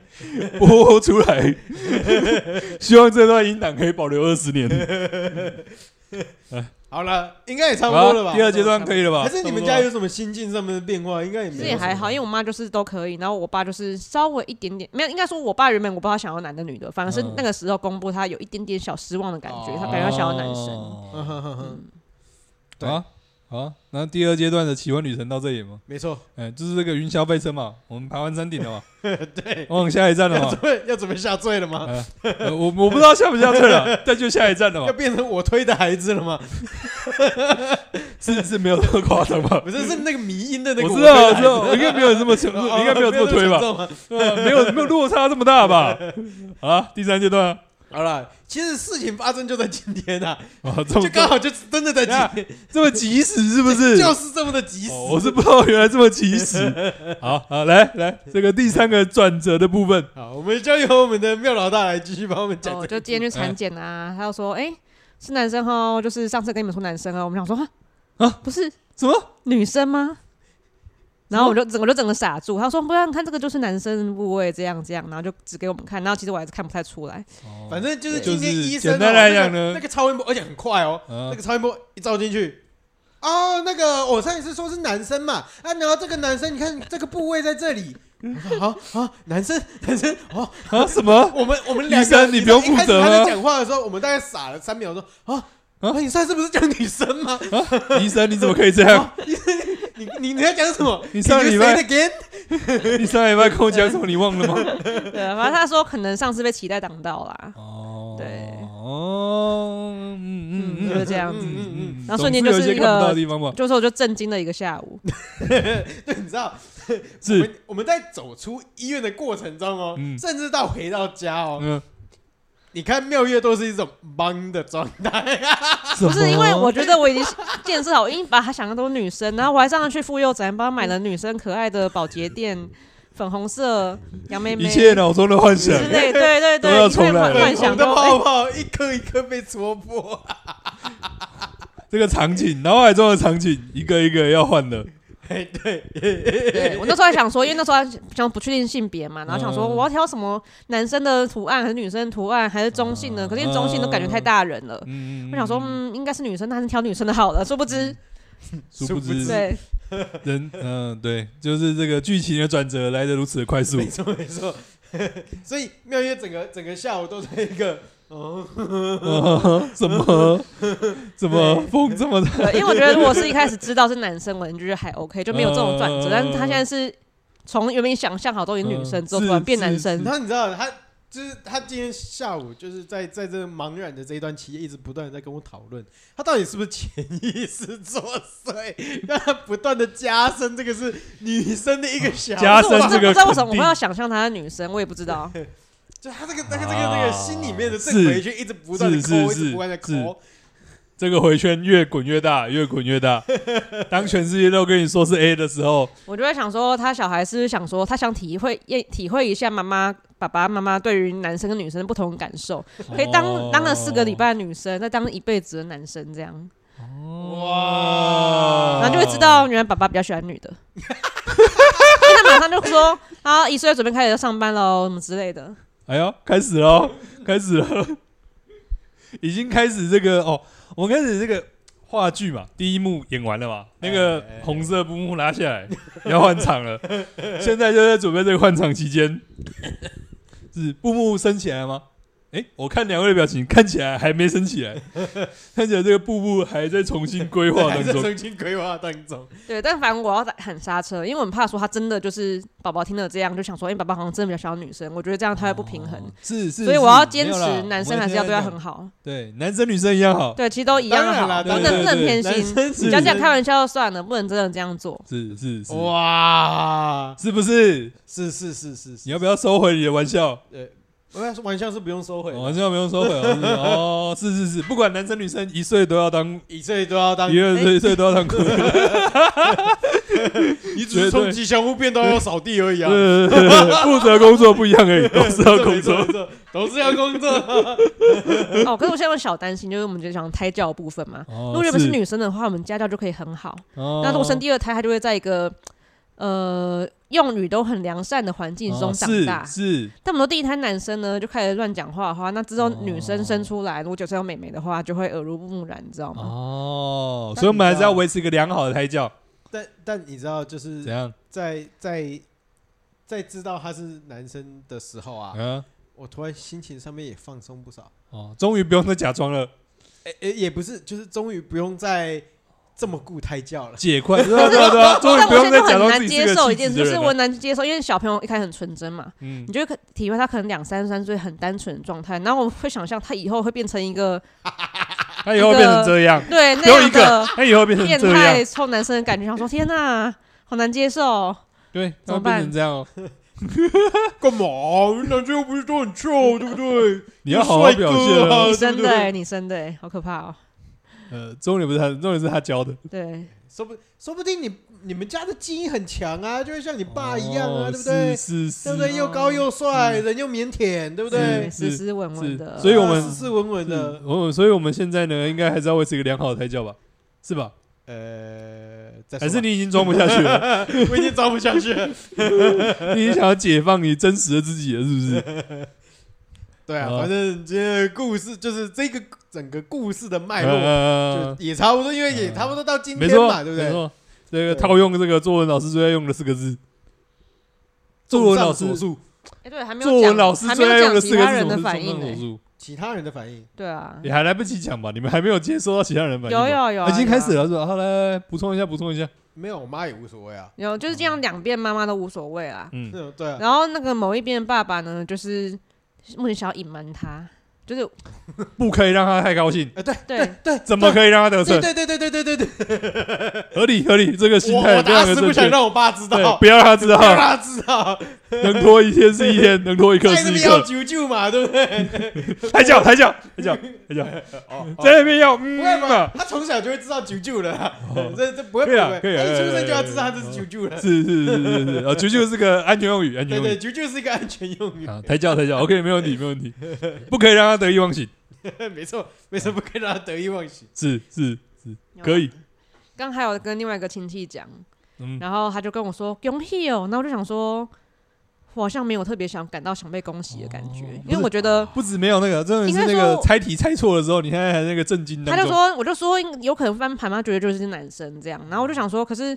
播出来。 希望这段音档可以保留二十年。好了，应该也好差不多了吧？第二阶段可以了吧？还是你们家有什么心境上面的变化？应该也其没实有。也还好，因为我妈就是都可以，然后我爸就是稍微一点点没有，应该说我爸原本我不知道他想要男的女的，反而是嗯那个时候公布他有一点点小失望的感觉，哦他差不多感觉他想要男生。 嗯哦哼哼哼嗯，对好好，那第二阶段的奇幻旅程到这里吗？没错，哎，就是这个云霄飞车嘛，我们爬完山顶 了嘛，对，往下一站了要 嘛准。备要准备下坠了吗？呃我我不知道下不下去了，但就下一站了嘛 要。变成我推的孩子了吗？是是没有那么夸张吧？不是，是那个迷音的那个我推知道，的孩我子。知道，我应该没有这么沉重，哦应该没有这么推吧？？对啊没有没有落差这么大吧？啊，第三阶段啊 好了，其实事情发生就在今天呐、啊，啊，这么就刚好就真的在今天，这么及时是不是？就是这么的及时。哦我是不知道原来这么及时。好好，来来，这个第三个转折的部分，好，我们交由我们的妙老大来继续帮我们讲哦，这就个。今天去哎产检啊，他就说，哎，是男生哦，就是上次跟你们说男生哦，我们想说啊啊，不是什么？女生吗？然后我就整我就整个傻住，他说不然看这个就是男生部位这样这样，然后就指给我们看，然后其实我还是看不太出来， 反正就是就今是天医生哦、简单来讲呢那个那个超音波，而且很快哦，啊那个超音波一照进去。哦，那个我上一次说是男生嘛，啊，然后这个男生，你看这个部位在这里， 好啊，男生，男生，哦，啊什么？我们我们两医个，生你不用负责啊吗一开始他在讲话的时候，我们大概傻了三秒，说啊啊，你上次不是讲女生 吗？医生你怎么可以这样？ 你你你要讲什么？啊你上礼拜 Can you say it again？ 你上礼拜跟我讲什么？你忘了吗？对，啊反正他说可能上次被脐带挡到啦，哦对哦，嗯嗯，就是这样子。嗯然后瞬间就总是有一些看不到的个，地方吧？就是我就震惊了一个下午。对，你知道我是，们我们在走出医院的过程中哦，嗯甚至到回到家哦，嗯，你看妙月都是一种懵的状态，不不是因为我觉得我已经建设好，我已经把她想的都是女生，然后我还上去妇幼展帮她买了女生可爱的保洁垫、粉红色杨妹妹一切脑中的幻想之，类， 对对都要对，一重切来幻了幻我想们的都泡哎泡一颗一颗被戳破，啊 这个场景，脑海中的场景，一个一个要换的。哎，对，对哎我那时候还想说，因为那时候还想不确定性别嘛，然后想说嗯我要挑什么男生的图案还是女生的图案，还是中性的，可是中性都感觉太大人了。嗯，我想说，嗯，应该是女生，那还是挑女生的好了。殊不知，殊不殊不知知对，人，嗯，对，就是这个剧情的转折来得如此的快速 没。错 没错，所以妙月整个整个下午都在一个哦，嗯怎么怎么风这么大？对，因为我觉得如果是一开始知道是男生，我觉得还 OK，就没有这种转折。嗯但是他现在是从原本想象好都是女生之后，嗯突然变是男是生然，后你知道他。就是他今天下午就是在在这茫然的这一段期间，一直不断的在跟我讨论，他到底是不是潜意识作祟，让他不断的加深这个是女生的一个想加法。他生 可是我真这的个不知道为什么肯我定要想象他是女生，我也不知道。就他这个、那个、这个、这个啊心里面的是正回圈一直不断的是抠，是一直不断的是是抠。这个回圈越滚越大，越滚越大。当全世界都跟你说是 A 的时候，我就会想说，他小孩是不是想说，他想体会验体会一下妈妈、爸爸妈妈对于男生跟女生的不同感受，可以当、当了四个礼拜的女生，再当一辈子的男生这样，哇然后就会知道原来爸爸比较喜欢女的。因为他马上就说：“啊，一岁准备开始要上班喽，什么之类的。哎呦，开始喽，开始了， 已经开始这个哦，我开始这个话剧嘛，第一幕演完了嘛，那个哎红色布幕拉下来，要换场了，现在就在准备这个换场期间，是布幕升起来了吗？哎、我看两位的表情，看起来还没升起来，看起来这个布幕还在重新规划还当在中。重新规划当中，”对，但反正我要喊刹车，因为我很怕说他真的就是宝宝听了这样就想说：“哎、爸爸好像真的比较喜欢女生。”我觉得这样他会不平衡，是是，所以是我要坚没有啦持男生还是要对他很好。对，男生女生一样好，对，其实都一样当然啦好，不当能然不能偏男心。生你是只要这样开玩笑就算了，不能真的这 样做。是是是，哇，是不是？是是是是是呃你，要不要收回你的玩笑？我要说玩笑是不用收回的，玩笑不用收回哦是不是 哦，是是是，不管男生女生，一岁都要当，一岁都要当哎一二岁一岁都要当姑 娘。你只是从吉祥物变到要扫地而已啊，对对对对负责工作不一样而 已，都是要工没错作没。错都是要工作。哦，可是我现在有小担心，就是我们就讲胎教的部分嘛。如如果原本是，女生的话，我们家教就可以很好。那那如果生第二胎，她就会在一个呃用语都很良善的环境中长大。哦是但我们说第一胎男生呢，就开始乱讲话的话，那之后哦女生生出来，如果九岁有妹妹的话，就会耳濡目染，你知道吗？哦，但所以我们还你知是要道维持一个良好的胎教， 但但你知道，就是怎样？在在在知道他是男生的时候啊，嗯，我突然心情上面也放松不少。哦，终于不用再假装了，哎、哎、也不是，就是终于不用再这么顾胎教了。解快，对啊 对啊对啊，终于但不我用现在再就假很装难自己接是受个一气件质事，的就是人我了。很难接受，因为小朋友一开始很纯真嘛，嗯你，就会体会他可能两三三岁很单纯的状态，然后我会想象他以后会变成一个他以后变成这样，对只有 那一样个哎的，他以后变成变这样态，臭男生的感觉，想说天哪、好难接受。哦对，他怎会么变办成这样哦。 干嘛？男生又不是都很臭，对不对？你要好好哦表现帅哥啊啊！你生的、对不欸，对你生的、欸，好可怕哦、呃，重点不是他，重点是他教的，对， 说不说不定你你们家的基因很强啊，就会像你爸一样啊，哦对不对？是是对不是，对？又高又帅，人又腼腆，对不对？斯斯文文的。是所以我们斯斯文文的，我所以我们现在呢，应该还是要维持一个良好的胎教吧，是吧？呃，再说还吧是你已经装不下去 了，我已经装不下去了。你已经想要解放你真实的自己了，是不 是？对啊，啊反正今天的故事就是这个整个故事的脉络，呃就也差不多，因为也差不多到今嗯没天错嘛，，对不没对？错，这个对套用这个作文老师最爱用的四个字，作文老师综上所，述，哎、对，还没有作文讲老师还没最爱有用讲的四其个他字，人总的是反综应、上所欸。述，其他人的反应，对啊，也还来不及讲吧？你们还没有接收到其他人的反应有吧，有啊有，啊已经开始有。了，是吧？好，来来补充一下，补充一下，没有，我妈也无所谓啊。有，就是这样，两边妈妈都无所谓啦。嗯，嗯，对啊，然后那个某一边的爸爸呢，就是目前想要隐瞒他，就是不可以让他太高兴，哎，对对对，怎么可以让他得对逞？对对对对对对对，合理合理，这个心我态非我打常的死正不想确。让我爸知 对，道，不要让他知道不，要让他 知道，能拖一天是一天，能拖一刻在那是一边要刻。求救嘛，对不对？ 抬脚，抬脚，抬脚，抬 脚，哦，在那边要不嗯会吧嘛？，他从小就会知道九九了啊哦，这这不会不可以啊会，可以啊他一出可以啊生就要知道他可以这啊是九九了。是是是是是，啊，啾啾是个安全用语，安全对用对，语九九是一个安全用语，啊，抬脚，抬脚，OK，没问题，没问题，不可以让他得意忘形，没错，没错，不可以让他得意忘形。是是可啊以，刚还有跟另外一个亲戚讲，嗯，然后他就跟我说恭喜哦，那我就想说，我好像没有特别想感到想被恭喜的感觉，哦因为我觉得不止没有那个，真的是那应该个说猜题猜错的时候，你现在还那个震惊他当就中，说，我就说有可能翻盘吗？觉得就是男生这样，然后我就想嗯说，可是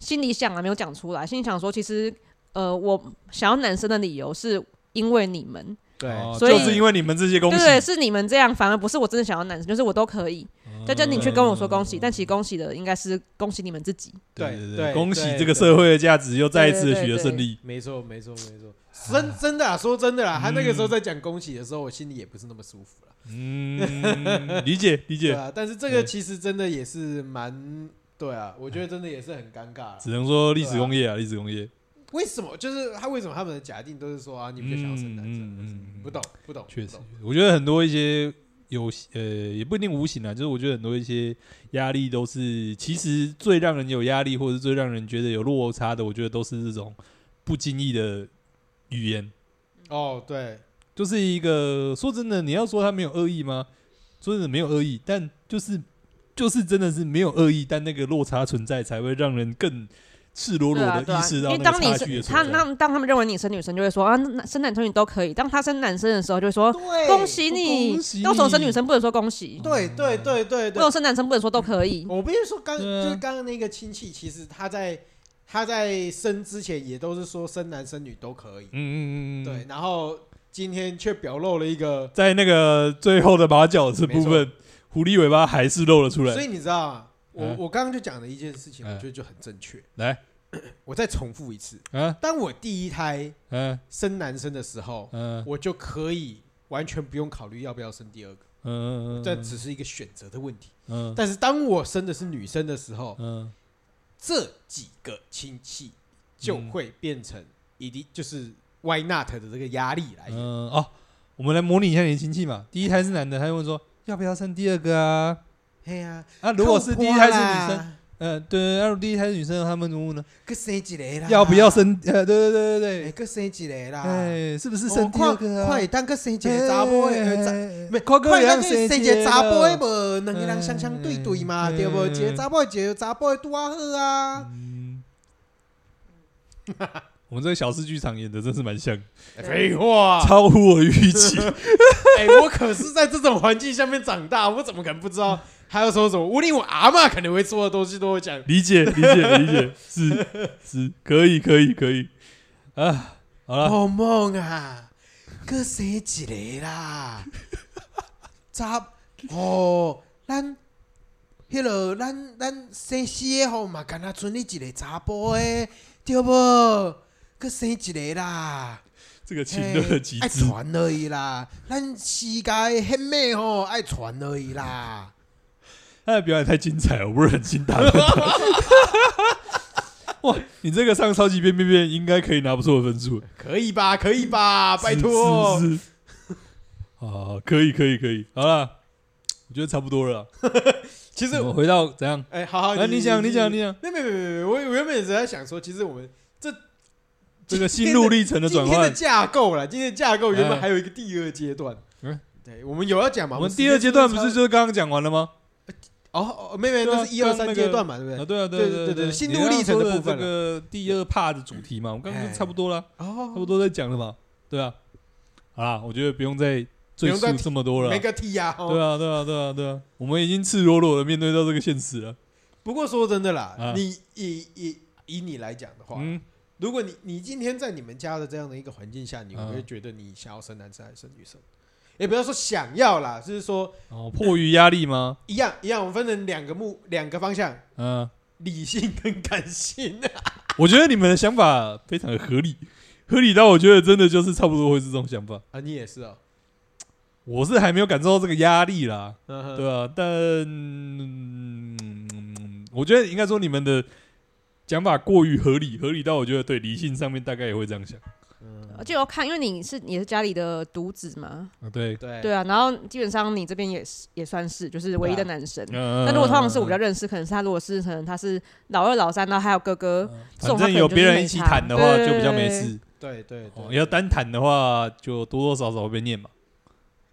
心里想啊，没有讲出来，心里想说，其实呃，我想要男生的理由是。因为你们，对哦所以就是因为你们这些对恭喜，对，是你们这样，反而不是我真的想要男生，就是我都可以。哦嗯就叫你去跟我说恭喜，但其实恭喜的应该是恭喜你们自己。对对对对，对恭喜对这个对社会的价值又再一次的取得对对胜利，没错，没错，没错，真真的啊，说真的啦，他那个时候在讲恭喜的时候，我心里也不是那么舒服了，嗯， 理解理对解，啊。但是这个其实真的也是蛮，对啊，我觉得真的也是很尴尬啦。只能说历史工业啊，历史工业，为什么？就是他为什么他们的假定都是说啊，你比较想要生男嗯嗯嗯生？不懂，不懂，确实不懂，我觉得很多一些有呃也不一定无形啊，就是我觉得很多一些压力都是，其实最让人有压力，或者是最让人觉得有落差的，我觉得都是这种不经意的语言，哦，对，就是一个说真的，你要说他没有恶意吗？说真的没有恶意，但就是就是真的是没有恶意，但那个落差存在才会让人更赤裸对裸啊，的对啊意，识因到为那个当你差距的是存在。他当当他们认为你是女生，就会说啊，那生男生女都可以。当他生男生的时候，就会说对恭喜你恭喜。你那为什么生女生不能说恭喜？嗯对对对对为什对么，生男生不能说都可以？我必须说刚，对啊就是刚刚那个亲戚，其实他在他在生之前也都是说生男生女都可以，嗯嗯嗯嗯，对，，然后今天却表露了一个，在那个最后的马脚这部分，狐狸尾巴还是露了出所来。以你知道吗？我嗯我刚刚就讲了一件事情，我嗯觉得就很正确。来，我再重复一次，啊，当我第一胎嗯生男生的时候，嗯我就可以完全不用考虑要不要生第二个，嗯，这只是一个选择的问题。嗯但是当我生的是女生的时候，嗯这几个亲戚就会变成一定就是 why not 的这个压力哎来源。嗯哦，我们来模拟一下你的亲戚嘛。第一胎是男的，他就问说要不要生第二个啊？嘿呀，啊，如果是第一胎是女看破生，啦，呃，对，啊，如果第一胎是女生，他们怎么问呢？各生一个啦，要不要？生？呃，对对对对哎，对，各生一个啦，哎，是不是哦生第二个快啊？哎快，当各生一个查某的，呃查没，快快快快咱让去生生一个查个甫的无，两个人相相对对嘛，嗯对无？一个查某，一个查甫的拄啊好啊。嗯，我们这个小事剧场演的真是蛮像，废话，超乎我预期。 哎，我可是在这种环境下面长大，我怎么可能不知道？还有说什么？我连我阿嬷可能会做的东西都会讲。理解，理解，理解，是是，可以，可以，可以啊！好了，好梦啊，各生一个啦。查哦，咱迄落咱咱生四个吼嘛，敢若剩你一个查甫的，对无？各生一个啦。这个情乐极爱致，传而已啦，咱世界很美吼，爱传而已啦。他的表演太精彩了，我不是很心疼他。哇，你这个上超级变变变，应该可以拿不错的分数，可以吧？可以吧？拜托是，是是啊，可以，可以，可以，好了，我觉得差不多了啦。其实我，们回到怎样？哎，好好，啊，你讲，你讲，你讲。没没没没，我我原本也是在想说，其实我们这个心路历程的今转天的换，架构啦，今天的架构原本哎还有一个第二阶段。嗯对，我们有要讲嘛？我们时第间二阶段真不的是超就是刚刚讲完了吗？哦哦，没没，对啊那是一二刚那三个阶段嘛，对不啊，对？对啊，对对对对对对，心你路刚刚历程的说的部分这个第二 part 的主题嘛，我们刚刚就差不多了，差不哦，多在讲了嘛，对啊，好啦，我觉得不用再不赘用再述这么多了没啦，个 T 呀。哦对啊，对啊，对啊，对啊，我们已经赤裸裸的面对到这个现实了，不过说真的啦啊，你以以以你来讲的话，嗯，如果你你今天在你们家的这样的一个环境下，你嗯会觉得你想要生男生还是生女生？也不要说想要啦，就是说哦，迫于压力吗？一样一样，我们分成两个目两个方向，嗯，理性跟感性。 我觉得你们的想法非常的合理，合理到我觉得真的就是差不多会是这种想法，啊，你也是哦，我是还没有感受到这个压力啦，嗯哼对啊，但、嗯我觉得应该说你们的讲法过于合理，合理到我觉得对理性上面大概也会这样想。嗯而且要看，因为你是你是家里的独子嘛，啊，对，对对啊，然后基本上你这边也是也算是就是唯一的男生。那那如果通常是我比较认识，可能是他如果是可能他是老二、老三，然后还有哥哥，这种反正他可能有就是别人没一起差谈的话，对就比较对没对事。对对哦对，要单谈的话，就多多少少会被念嘛。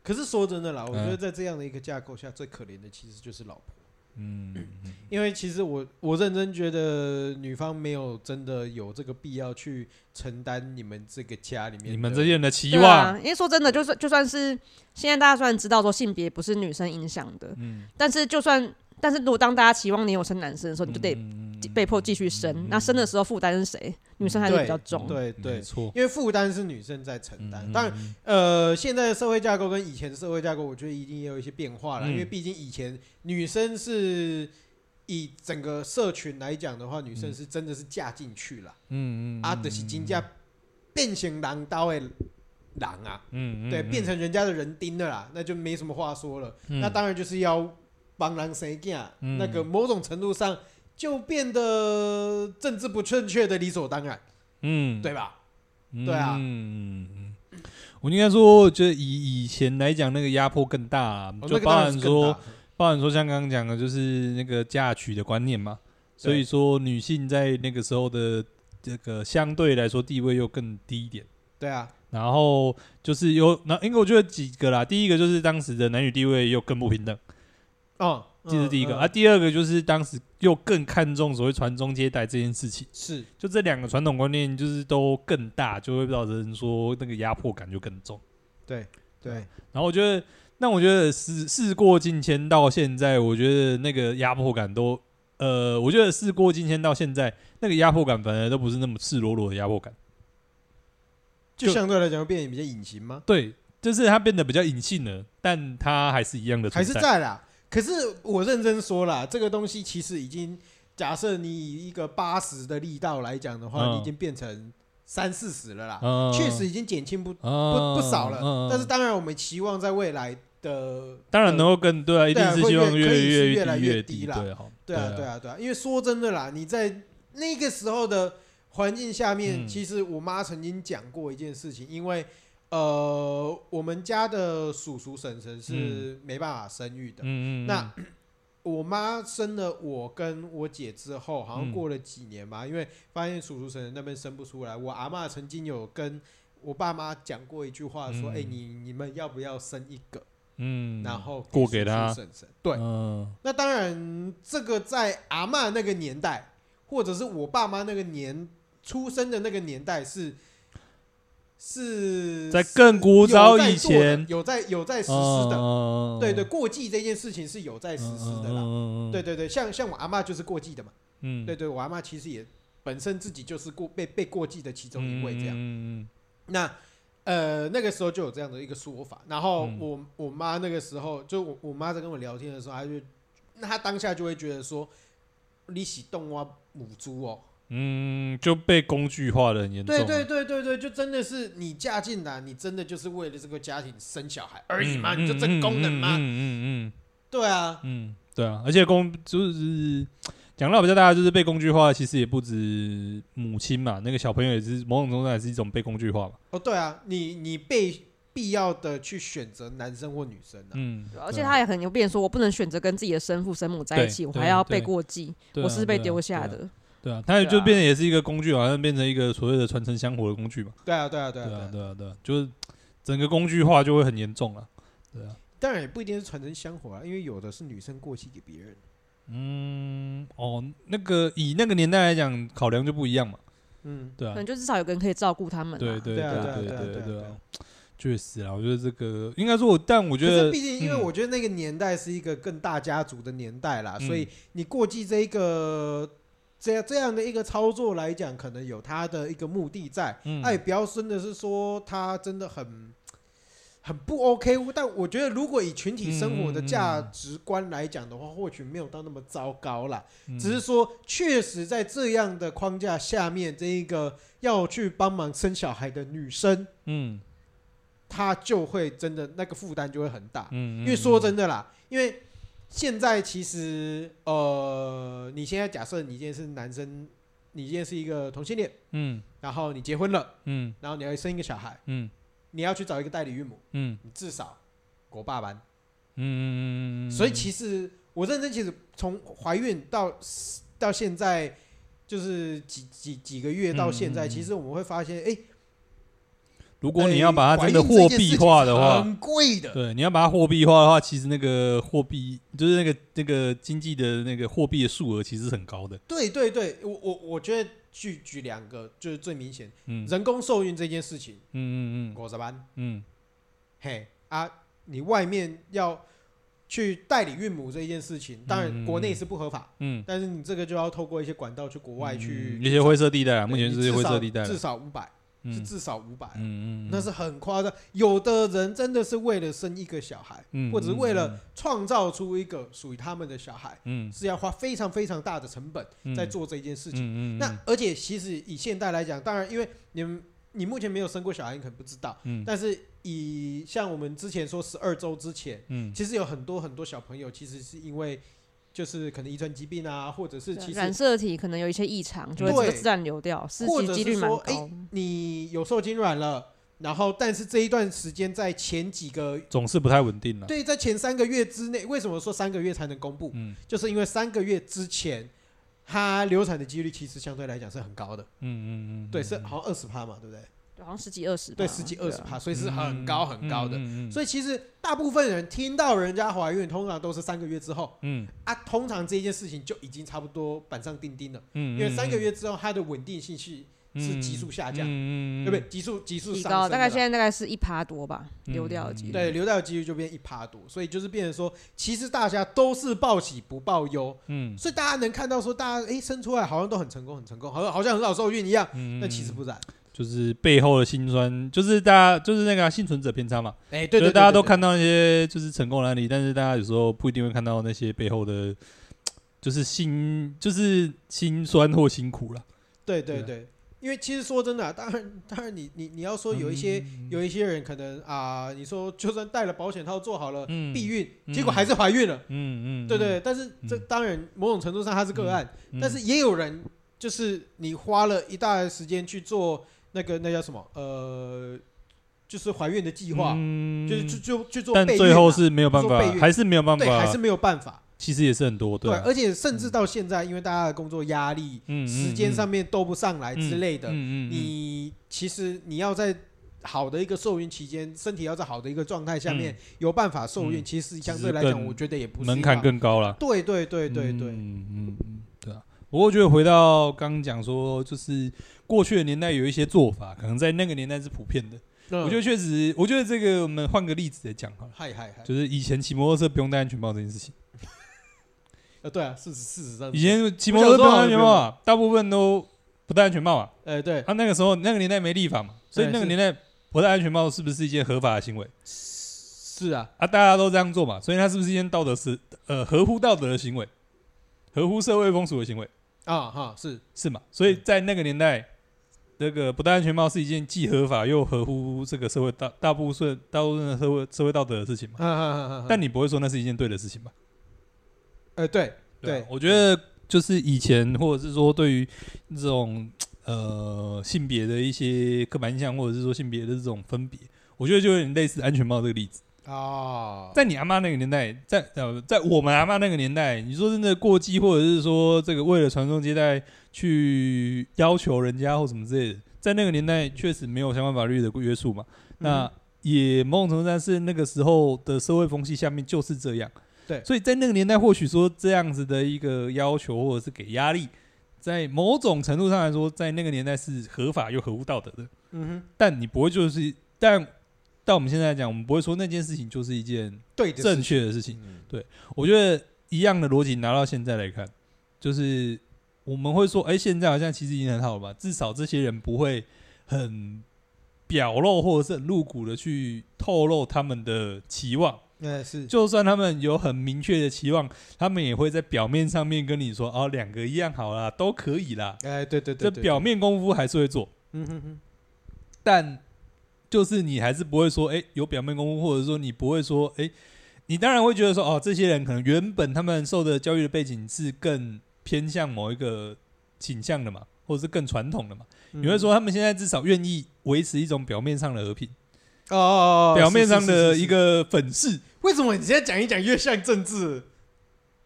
可是说真的啦，我觉嗯得在这样的一个架构下，最可怜的其实就是老婆，嗯，因为其实我我认真觉得女方没有真的有这个必要去承担你们这个家里面你们的这些人的期对望，啊，因为说真的，就算就算是现在大家虽然知道说性别不是女生影响的，嗯，但是就算但是如果当大家期望你有生男生的时候，你就得嗯被迫继续生。那生的时候负担是谁？女生还是比较重。对哦没对，错。因为负担是女生在承嗯担，当然然，呃，现在的社会架构跟以前的社会架构，我觉得一定也有一些变化了，嗯因为毕竟以前女生是以整个社群来讲的话，女生是真的是嫁进去了，嗯嗯嗯，啊，就是真正变成狼刀的狼啊，嗯，嗯对，变，成人家的人丁了啦，那就没什么话说了。嗯那当然就是要帮狼谁干，嗯那个某种程度上就变得政治不正确的理所当然，嗯，对吧？嗯对啊嗯，嗯嗯我应该说，就是以以前来讲，那个压迫更大啊、哦就那个包当然含是更说大，包含说像刚刚讲的，就是那个嫁娶的观念嘛。所以说，女性在那个时候的这个相对来说地位又更低一点。对啊，然后就是有，那因为我觉得几个啦，第一个就是当时的男女地位又更不平等，哦，这是第一个、嗯嗯啊。第二个就是当时又更看重所谓传宗接代这件事情，是就这两个传统观念就是都更大，就会造成说那个压迫感就更重。对，然后我觉得，那我觉得事事过境迁到现在，我觉得那个压迫感都，呃，我觉得事过境迁到现在，那个压迫感反而都不是那么赤裸裸的压迫感，就相对来讲会变得比较隐形吗？对，就是它变得比较隐性了，但它还是一样的还存是在，在啦。可是我认真说啦，这个东西其实已经，假设你以一个八十的力道来讲的话，嗯你已经变成三四十了啦，嗯确、实已经减轻不嗯不不少了。嗯嗯但是当然，我们期望在未来的，当然呃能够更对啊，一定是会希望越可以是越越来低越越低低啦对啊，对啊，对啊，啊，对啊，因为说真的啦，你在那个时候的环境下面，嗯其实我妈曾经讲过一件事情，因为呃，我们家的叔叔婶婶是没办法生育的，嗯嗯嗯，那 我妈生了我跟我姐之后，好像嗯过了几年吧，因为发现叔叔婶婶那边生不出来。我阿嬷曾经有跟我爸妈讲过一句话，说：“哎、嗯你你们要不要生一个？嗯，然后过给她叔叔婶婶。”对，嗯那当然，这个在阿嬷那个年代，或者是我爸妈那个年出生的那个年代是。是在更古早有在以做的前哦有在有在实施的，的对对，过继这件事情是有在实施的啦。啦对，对对，像像我阿嬷就是过继的嘛，嗯，对对，我阿嬷其实也本身自己就是过被被过继的其中一位这样。嗯那呃那个时候就有这样的一个说法，然后嗯我我妈那个时候就我我妈在跟我聊天的时候，她就那她当下就会觉得说你喜动蛙母猪哦，嗯，就被工具化的很严重啊。对对对对对，就真的是你嫁进来，你真的就是为了这个家庭生小孩而已吗？嗯你就这个功能吗？嗯嗯嗯对啊嗯，嗯，对啊，而且工就是讲到比较大的，就是被工具化，其实也不止母亲嘛，那个小朋友也是某种程度上也是一种被工具化嘛。哦对啊，你你被必要的去选择男生或女生啊。嗯，而且他也很有变说，我不能选择跟自己的生父生母在一起，对我对还要被对过继，对啊我是被丢下。的。对啊对啊，他也就变成也是一个工具，好像变成一个所谓的传承香火的工具嘛。对啊，对啊，对对啊，对啊啊，。对啊，对啊，就是整个工具化就会很严重了。对啊，当然也不一定是传承香火啊，因为有的是女生过继给别人。嗯，哦，那个以那个年代来讲，考量就不一样嘛。嗯，对啊可，能就至少有个人可以照顾他们、啊。对对对啊对对啊对啊对对啊啊，确实啊，我觉得这个应该说我，但我我觉得毕竟因为嗯我觉得那个年代是一个更大家族的年代啦，嗯所以你过继这一个这样这样的一个操作来讲，可能有它的一个目的在。嗯哎，不要真的是说他真的很。很不 OK，但我觉得如果以群体生活的嗯价值观来讲的话，或许没有到那么糟糕啦。嗯只是说，确实在这样的框架下面，这一个要去帮忙生小孩的女生，嗯她就会真的那个负担就会很大。嗯，因为说嗯真的啦，因为现在其实呃，你现在假设你今天是男生，你今天是一个同性恋，嗯然后你结婚了，嗯然后你要生一个小孩，嗯你要去找一个代理孕母，嗯你至少国爸班。嗯嗯嗯，所以其实我认真，其实从怀孕到到现在，就是几几几个月到现嗯在，嗯嗯其实我们会发现，哎、如果你要把它哎真的货币化的怀孕这件事情是话，很贵的，对，你要把它货币化的话，其实那个货币就是那个那个经济的那个货币的数额其实是很高的。对对对，我我我觉得举举两个就是最明显，嗯人工受孕这件事情，嗯嗯果子班，嗯嘿啊，你外面要去代理孕母这一件事情，嗯当嗯然嗯国内是不合法，嗯但是你这个就要透过一些管道去国嗯，外去，一些灰色地带啊，对目前你是一些至灰少色地带啦至少五百、0是嗯至少五百、嗯嗯，那是很夸张。有的人真的是为了生一个小孩，嗯或者是为了创造出一个属于他们的小孩，嗯是要花非常非常大的成本嗯在做这件事情。嗯嗯，那而且其实以现代来讲，当然因为你们你目前没有生过小孩，你可能不知道，嗯但是以像我们之前说十二周之前，嗯其实有很多很多小朋友其实是因为就是可能遗传疾病啊，或者是对其染实色体可能有一些异常，就会对自然流掉，是或其者几是率蛮说高。你有受精卵了，然后但是这一段时间在前几个总是不太稳定了。对，在前三个月之内，为什么说三个月才能公布？嗯就是因为三个月之前，它流产的几率其实相对来讲是很高的，嗯嗯嗯，对，是好像二十趴嘛，对不对？好像十几二十吧，对，十几二十对啊趴，所以是很高很高的。嗯所以其实大部分人听到人家怀孕，通常都是三个月之后嗯啊，通常这件事情就已经差不多板上钉钉了，嗯，因为三个月之后它的稳定性是是急速下降，嗯对不对？？急速急速提上高，升大概的啦现在大概是一趴多吧，嗯流掉的几率。对，流掉的几率就变一趴多，所以就是变成说，其实大家都是报喜不报忧，嗯所以大家能看到说，大家诶生出来好像都很成功，很成功，好像好像很少受孕一样，嗯，但其实不然。就是背后的辛酸，就是大家就是那个、啊幸存者偏差嘛，哎，就对对，是大家都，对看到那些就是成功的案例，但是大家有时候不一定会看到那些背后的，就是辛就是辛酸或辛苦了。对对对对，因为其实说真的啊，当然当然你你你要说有一些嗯有一些人可能啊，你说就算戴了保险套做好了嗯避孕，嗯结果还是怀孕了，嗯嗯，对对，但是这嗯当然某种程度上它是个案，嗯，但是也有人就是你花了一大时间去做那个那叫什么呃，就是怀孕的计划，嗯就是去就去做备但孕啊，最后是没有办做法备，孕还是没有办对还是法，没有办法，其实也是很多，对，啊而且甚至到现在，因为大家的工作压力、嗯，嗯时间上面斗不上来之类的，嗯嗯嗯，你其实你要在。好的一个受孕期间，身体要在好的一个状态下面、有办法受孕，嗯其实相只对是来讲，更我觉得也不是门一槛个更高了。对对对对对，嗯嗯嗯，对啊。不过我觉得回到刚刚讲说，就是过去的年代有一些做法，可能在那个年代是普遍的。嗯我觉得确实，我觉得这个我们换个例子来讲好了，嗨嗨嗨，就是以前骑摩托车不用戴安全帽这件事情。呃，对啊，事实事实上是，以前骑摩托车不用戴安全帽我小时候好啊，大部分都不戴安全帽啊。呃，对，啊，那个时候那个年代没立法嘛，所以对那个是年代不戴安全帽是不是一件合法的行为？是啊，啊，大家都这样做嘛，所以它是不是一件道德是呃合乎道德的行为，合乎社会风俗的行为？啊哈，是是嘛？所以在那个年代，这个不戴安全帽是一件既合法又合乎这个社会大大部分大部分的社会社会道德的事情嘛。啊啊啊啊！但你不会说那是一件对的事情吧？呃，对对啊对吧，，我觉得就是以前或者是说对于这种呃性别的一些刻板印象，或者是说性别的这种分别，我觉得就有点类似安全帽这个例子。哦，在你阿妈那个年代，在呃，在我们阿妈那个年代，你说真的过继，或者是说这个为了传宗接代去要求人家或什么之类的，在那个年代确实没有相关法律的约束嘛。嗯嗯那也某种程度上是那个时候的社会风气下面就是这样。对所以在那个年代，或许说这样子的一个要求或者是给压力，在某种程度上来说，在那个年代是合法又合乎道德的。嗯哼，但你不会就是，但但我们现在来讲，我们不会说那件事情就是一件对的正事确的事情。嗯我觉得一样的逻辑拿到现在来看，就是我们会说，哎、现在好像其实已经很好了吧，至少这些人不会很表露或者是很露骨的去透露他们的期望。呃是就算他们有很明确的期望，他们也会在表面上面跟你说，哦，两个一样好啦，都可以啦。哎对对这对，对表面功夫还是会做，嗯哼哼，但就是你还是不会说，哎、有表面功夫，或者说你不会说，哎、你当然会觉得说，哦，这些人可能原本他们受的教育的背景是更偏向某一个倾向的嗯嘛，或者是更传统的嘛。你会说，他们现在至少愿意维持一种表面上的和平，哦哦，哦表面上是是是的是一个粉饰，为什么你现在讲一讲越像政治？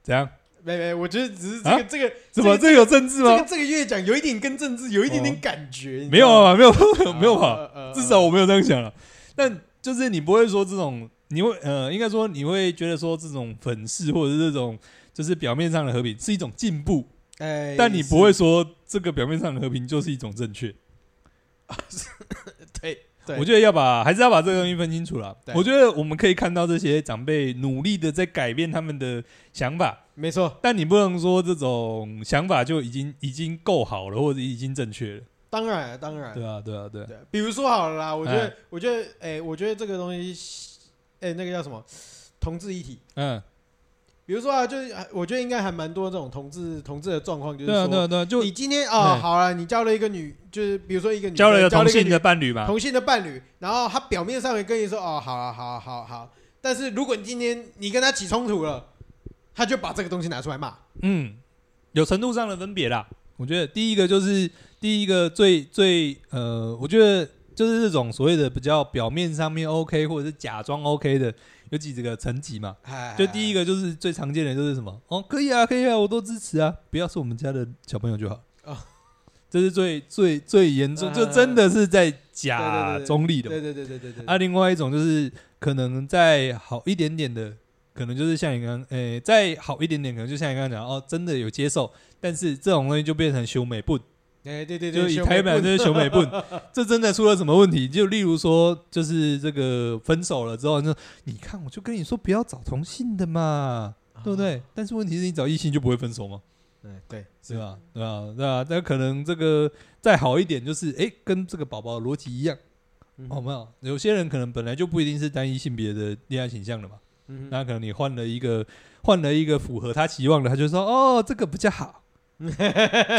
怎样？没没，我觉得只是这个啊这个怎么这这个有政治个这吗个？这个越讲有一点跟政治有一点点哦感觉，你没知有道吗啊，没有， 没有吧？呃呃至少我没有这样想了。但就是你不会说这种，你会呃，应该说你会觉得说这种粉饰或者是这种就是表面上的和平是一种进步，哎，但你是不会说这个表面上的和平就是一种正确。对对，我觉得要把还是要把这个东西分清楚啦对。我觉得我们可以看到这些长辈努力的在改变他们的想法，没错，但你不能说这种想法就已经已经够好了或者已经正确了。当然啊当然，对啊，对啊，对啊。对，比如说好了啦，我觉得哎，我觉得，哎、我觉得这个东西，哎、那个叫什么，同志一体。嗯，比如说啊，就是啊我觉得应该还蛮多这种同志同志的状况，就是对说，啊，对啊，对啊，就你今天啊、哎好了，你交了一个女，就是比如说一个女生交了一个同一个性的女伴侣嘛。同性的伴侣，然后他表面上也跟你说，哦，好啊好啊好啊好啊，但是如果你今天你跟他起冲突了，他就把这个东西拿出来骂，嗯，有程度上的分别啦。我觉得第一个就是第一个最最呃，我觉得就是这种所谓的比较表面上面 OK 或者是假装 OK 的，有几个层级嘛。就第一个个就是最常见的就是什么哦，可以啊，可以啊，我都支持啊，不要是我们家的小朋友就好。哦这是最最最严重，嗯就真的是在对对假对对中立的嘛对对对对对对，啊，另外一种就是可能再好一点点的，可能就是像你刚，诶、再好一点点，可能就像你刚刚讲，哦，真的有接受，但是这种东西就变成修美不，哎对对对，就是以修台版美就是修美不，这真的出了什么问题？就例如说，就是这个分手了之后，就你看，我就跟你说不要找同性的嘛，对不？不对？但是问题是你找异性就不会分手吗？嗯，对，啊是吧？对吧？对吧？那可能这个再好一点，就是诶，跟这个宝宝的逻辑一样。嗯哦，没有，有些人可能本来就不一定是单一性别的恋爱倾向的嘛，嗯哼，那可能你换了一个换了一个符合他期望的，他就说哦，这个比较 好，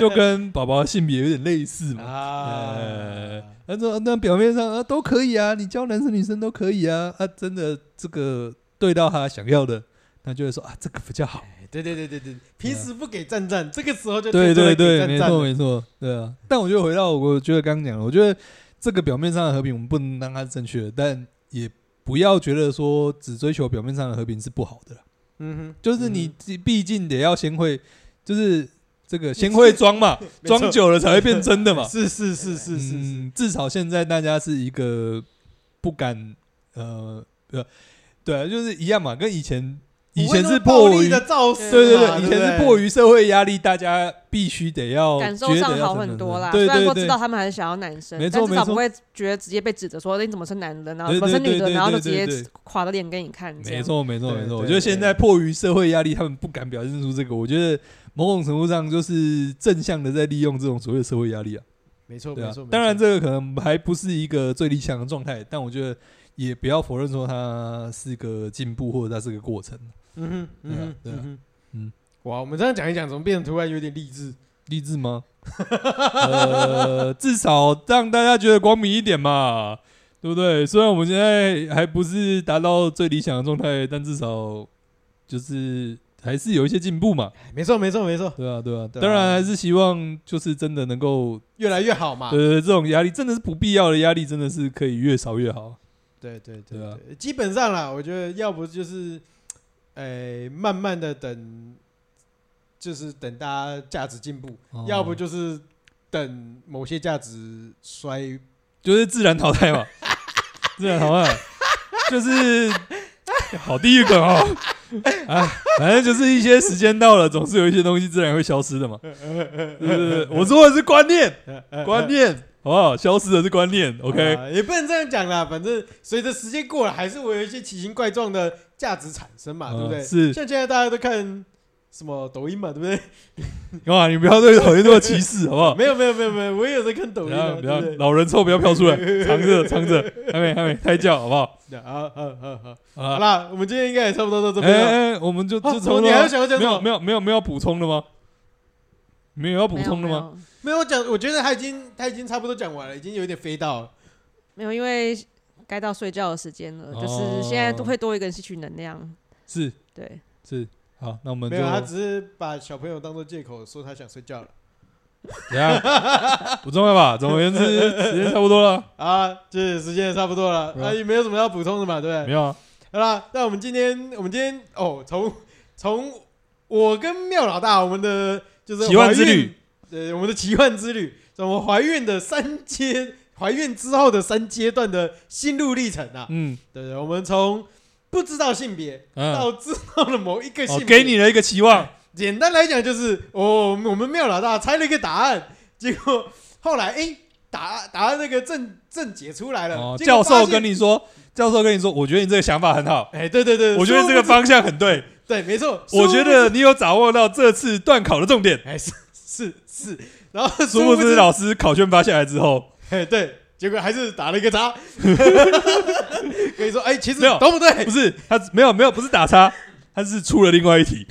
就跟宝宝的性别有点类似嘛。啊呃，他说那表面上啊都可以啊，你教男生女生都可以啊，啊真的这个对到他想要的，他就会说啊这个比较好。哎对对对对对，平时不给赞赞，这个时候就啊对 对对对，没错赞没错，对啊。但我觉得回到我觉得刚刚讲的，我觉得这个表面上的和平，我们不能让它是正确的，但也不要觉得说只追求表面上的和平是不好的啦。嗯哼，就是你嗯毕竟得要先会，就是这个先会装嘛， 没错装久了才会变真的嘛。是是是 是是是，嗯，至少现在大家是一个不敢呃呃，对啊，就是一样嘛，跟以前嗯以前是暴迫力于的造势嘛，对对对，以前是迫于社会压力，大家必须得要感受哦觉得上要好怎么很样多啦，对虽然对说知道对，他们还是想要男生没，但错至少没错不会觉得直接被指责说你怎么是男的，然后对怎么是对女的，对然后就对直对接对垮着脸给你看。这没样，错没错对没错。对我觉得现在对迫于社会压力，他们不敢表现出这个，我觉得某种程度上就是正向的在利用这种所谓的社会压力啊，没错对没啊错，。没当然错这个可能还不是一个最理想的状态，但我觉得也不要否认说它是个进步或者它是个过程。嗯哼对嗯啊哼对啊嗯哼嗯，哇，我们这样讲一讲，怎么变得突然有点励志？励志吗？呃， 至少让大家觉得光明一点嘛，对不对？虽然我们现在还不是达到最理想的状态，但至少就是还是有一些进步嘛，哎没错没错没错，对啊，对啊。对啊当然还是希望就是真的能够，越来越好嘛。对对对，这种压力真的是不必要的压力，真的是可以越少越好。对对对对啊对，基本上啦，我觉得要不就是，呃，慢慢的等，就是等大家价值进步，哦要不就是等某些价值衰。就是自然淘 汰嘛，自然淘汰，就是好地狱梗哦。啊，反正就是一些时间到了，总是有一些东西自然会消失的嘛。就是我说的是观念，观念好不好？消失的是观念，OK？ 啊也不能这样讲啦，反正随着时间过了，还是会有一些奇形怪状的价值产生嘛，对不嗯对？是像现在大家都看什么抖音嘛，对不对？哇，你不要对讨厌这么歧视，好不好？ 没有没有没有没有，我也有在看抖不音要啊，哦不对要不，对？老人臭不要飘 出来，藏着藏着，还没还没胎教，好不好？啊好好好，好好啦，啦，我们今天应该也差不多到这哎边了。哎，哎我们就啊就怎么从你还要想要讲没什么有？没有没有没有要补充的吗？没有要补没有充的没吗？有没有我讲，我觉得他已经他已经差不多讲完了，已经有点飞到了。没有，因为该到睡觉的时间了，就是哦现在都会多一个人吸取能量。是对，是，好，那我们没嗯就有，他只是把小朋友当做借口说他想睡觉了怎 样不重要吧？总而言之，时间差不多了，啊。这时间也差不多了，是啊啊，也没有什么要补充的嘛，对不没对？有啊？好啦，那我们今天我们今天哦，从从我跟妙老大我们的就是奇幻之旅怀孕，呃，我们的奇幻之旅，我们怀孕的三阶，怀孕之后的三阶段的心路历程啊，嗯对不对？我们从不知道性别嗯，到知道了某一个性哦，别，给你了一个期 望，简单来讲就是，哦，我们我们妙老大猜了一个答案，结果后来哎、诶答答案那个正正解出来了。哦，结果教发现授跟，你说，教授跟你说，我觉得你这个想法很好，哎、对对对，我觉得这殊个不知方向很对，对，没错，我觉得殊不知，你有掌握到这次段考的重点。哎、是是是，然后殊不不知老师考卷发下来之后，哎、对，结果还是打了一个叉。 可以说，哎、其实没有都不对，不是他没有没有不是打叉，他是出了另外一题。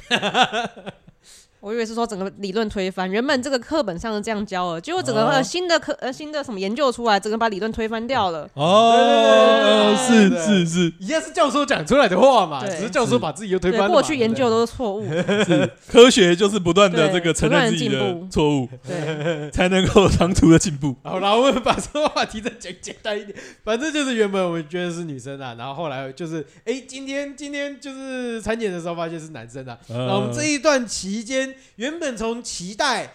我以为是说整个理论推翻，原本这个课本上是这样教的，结果整个呃哦新的课呃新的什么研究出来，整个把理论推翻 掉了。哦，对对对是对是是一样是教授讲出来的话嘛，对只是教授把自己又推翻对，了嘛。过去对研不对究都是错误。是，科学就是不断的对这个承认自己不断地进的步错误， 对，才能够长途的进步。好啦，我们把这个话题再讲简单一点。反正就是原本我们觉得是女生啊，然后后来就是，哎、今天今天就是产检的时候发现是男生啊。呃然后我们这一一段期间，原本从期待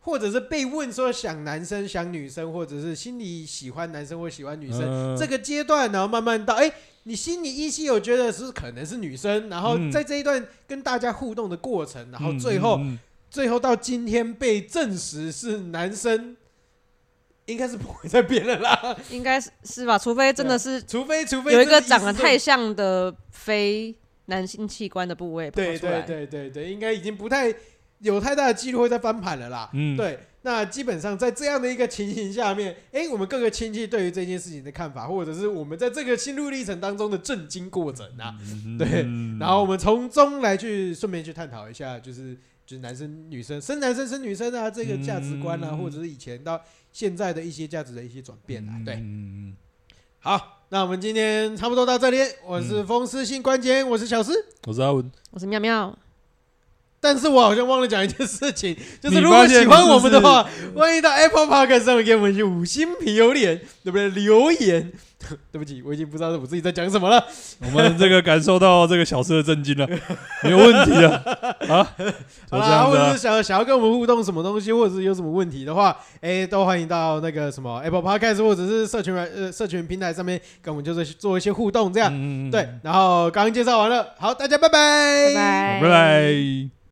或者是被问说想男生想女生，或者是心里喜欢男生或喜欢女生、嗯这个阶段，然后慢慢到哎、诶你心里依稀有觉得是可能是女生，然后嗯在这一段跟大家互动的过程，然后最后、最后到今天被证实是男生，应该是不会再变了啦， 应该是是吧？除非真的是除非除非有一个真的长得意思太像的非男性器官的部位跑对出来对。对对对，应该已经不太有太大的几率会再翻盘了啦。嗯对，那基本上在这样的一个情形下面，哎，我们各个亲戚对于这件事情的看法，或者是我们在这个心路历程当中的震惊过程啊，对，然后我们从中来去顺便去探讨一下，就是就是男生女生生男生生女生啊，这个价值观啊，嗯或者是以前到现在的一些价值的一些转变啊，对。嗯好，那我们今天差不多到这里，我是嗯风湿性关节炎，我是小诗。我是阿文，我是妙妙，但是我好像忘了讲一件事情，就是你如果发现喜欢你是我们的不是话，欢迎到 Apple Park 上面给我们一些五星评论，对不对？留言， 对不起，我已经不知道我自己在讲什么了。我们这个感受到这个小事的震惊了，没有问题啊啊！好就这啦，样或子者啊是，想想要跟我们互动什么东西，或者是有什么问题的话，哎，都欢迎到那个什么 Apple Podcast 或者是社群软呃社群平台上面跟我们就是做一些互动，这样、嗯对。然后刚刚介绍完了，好，大家拜拜，拜拜，拜拜。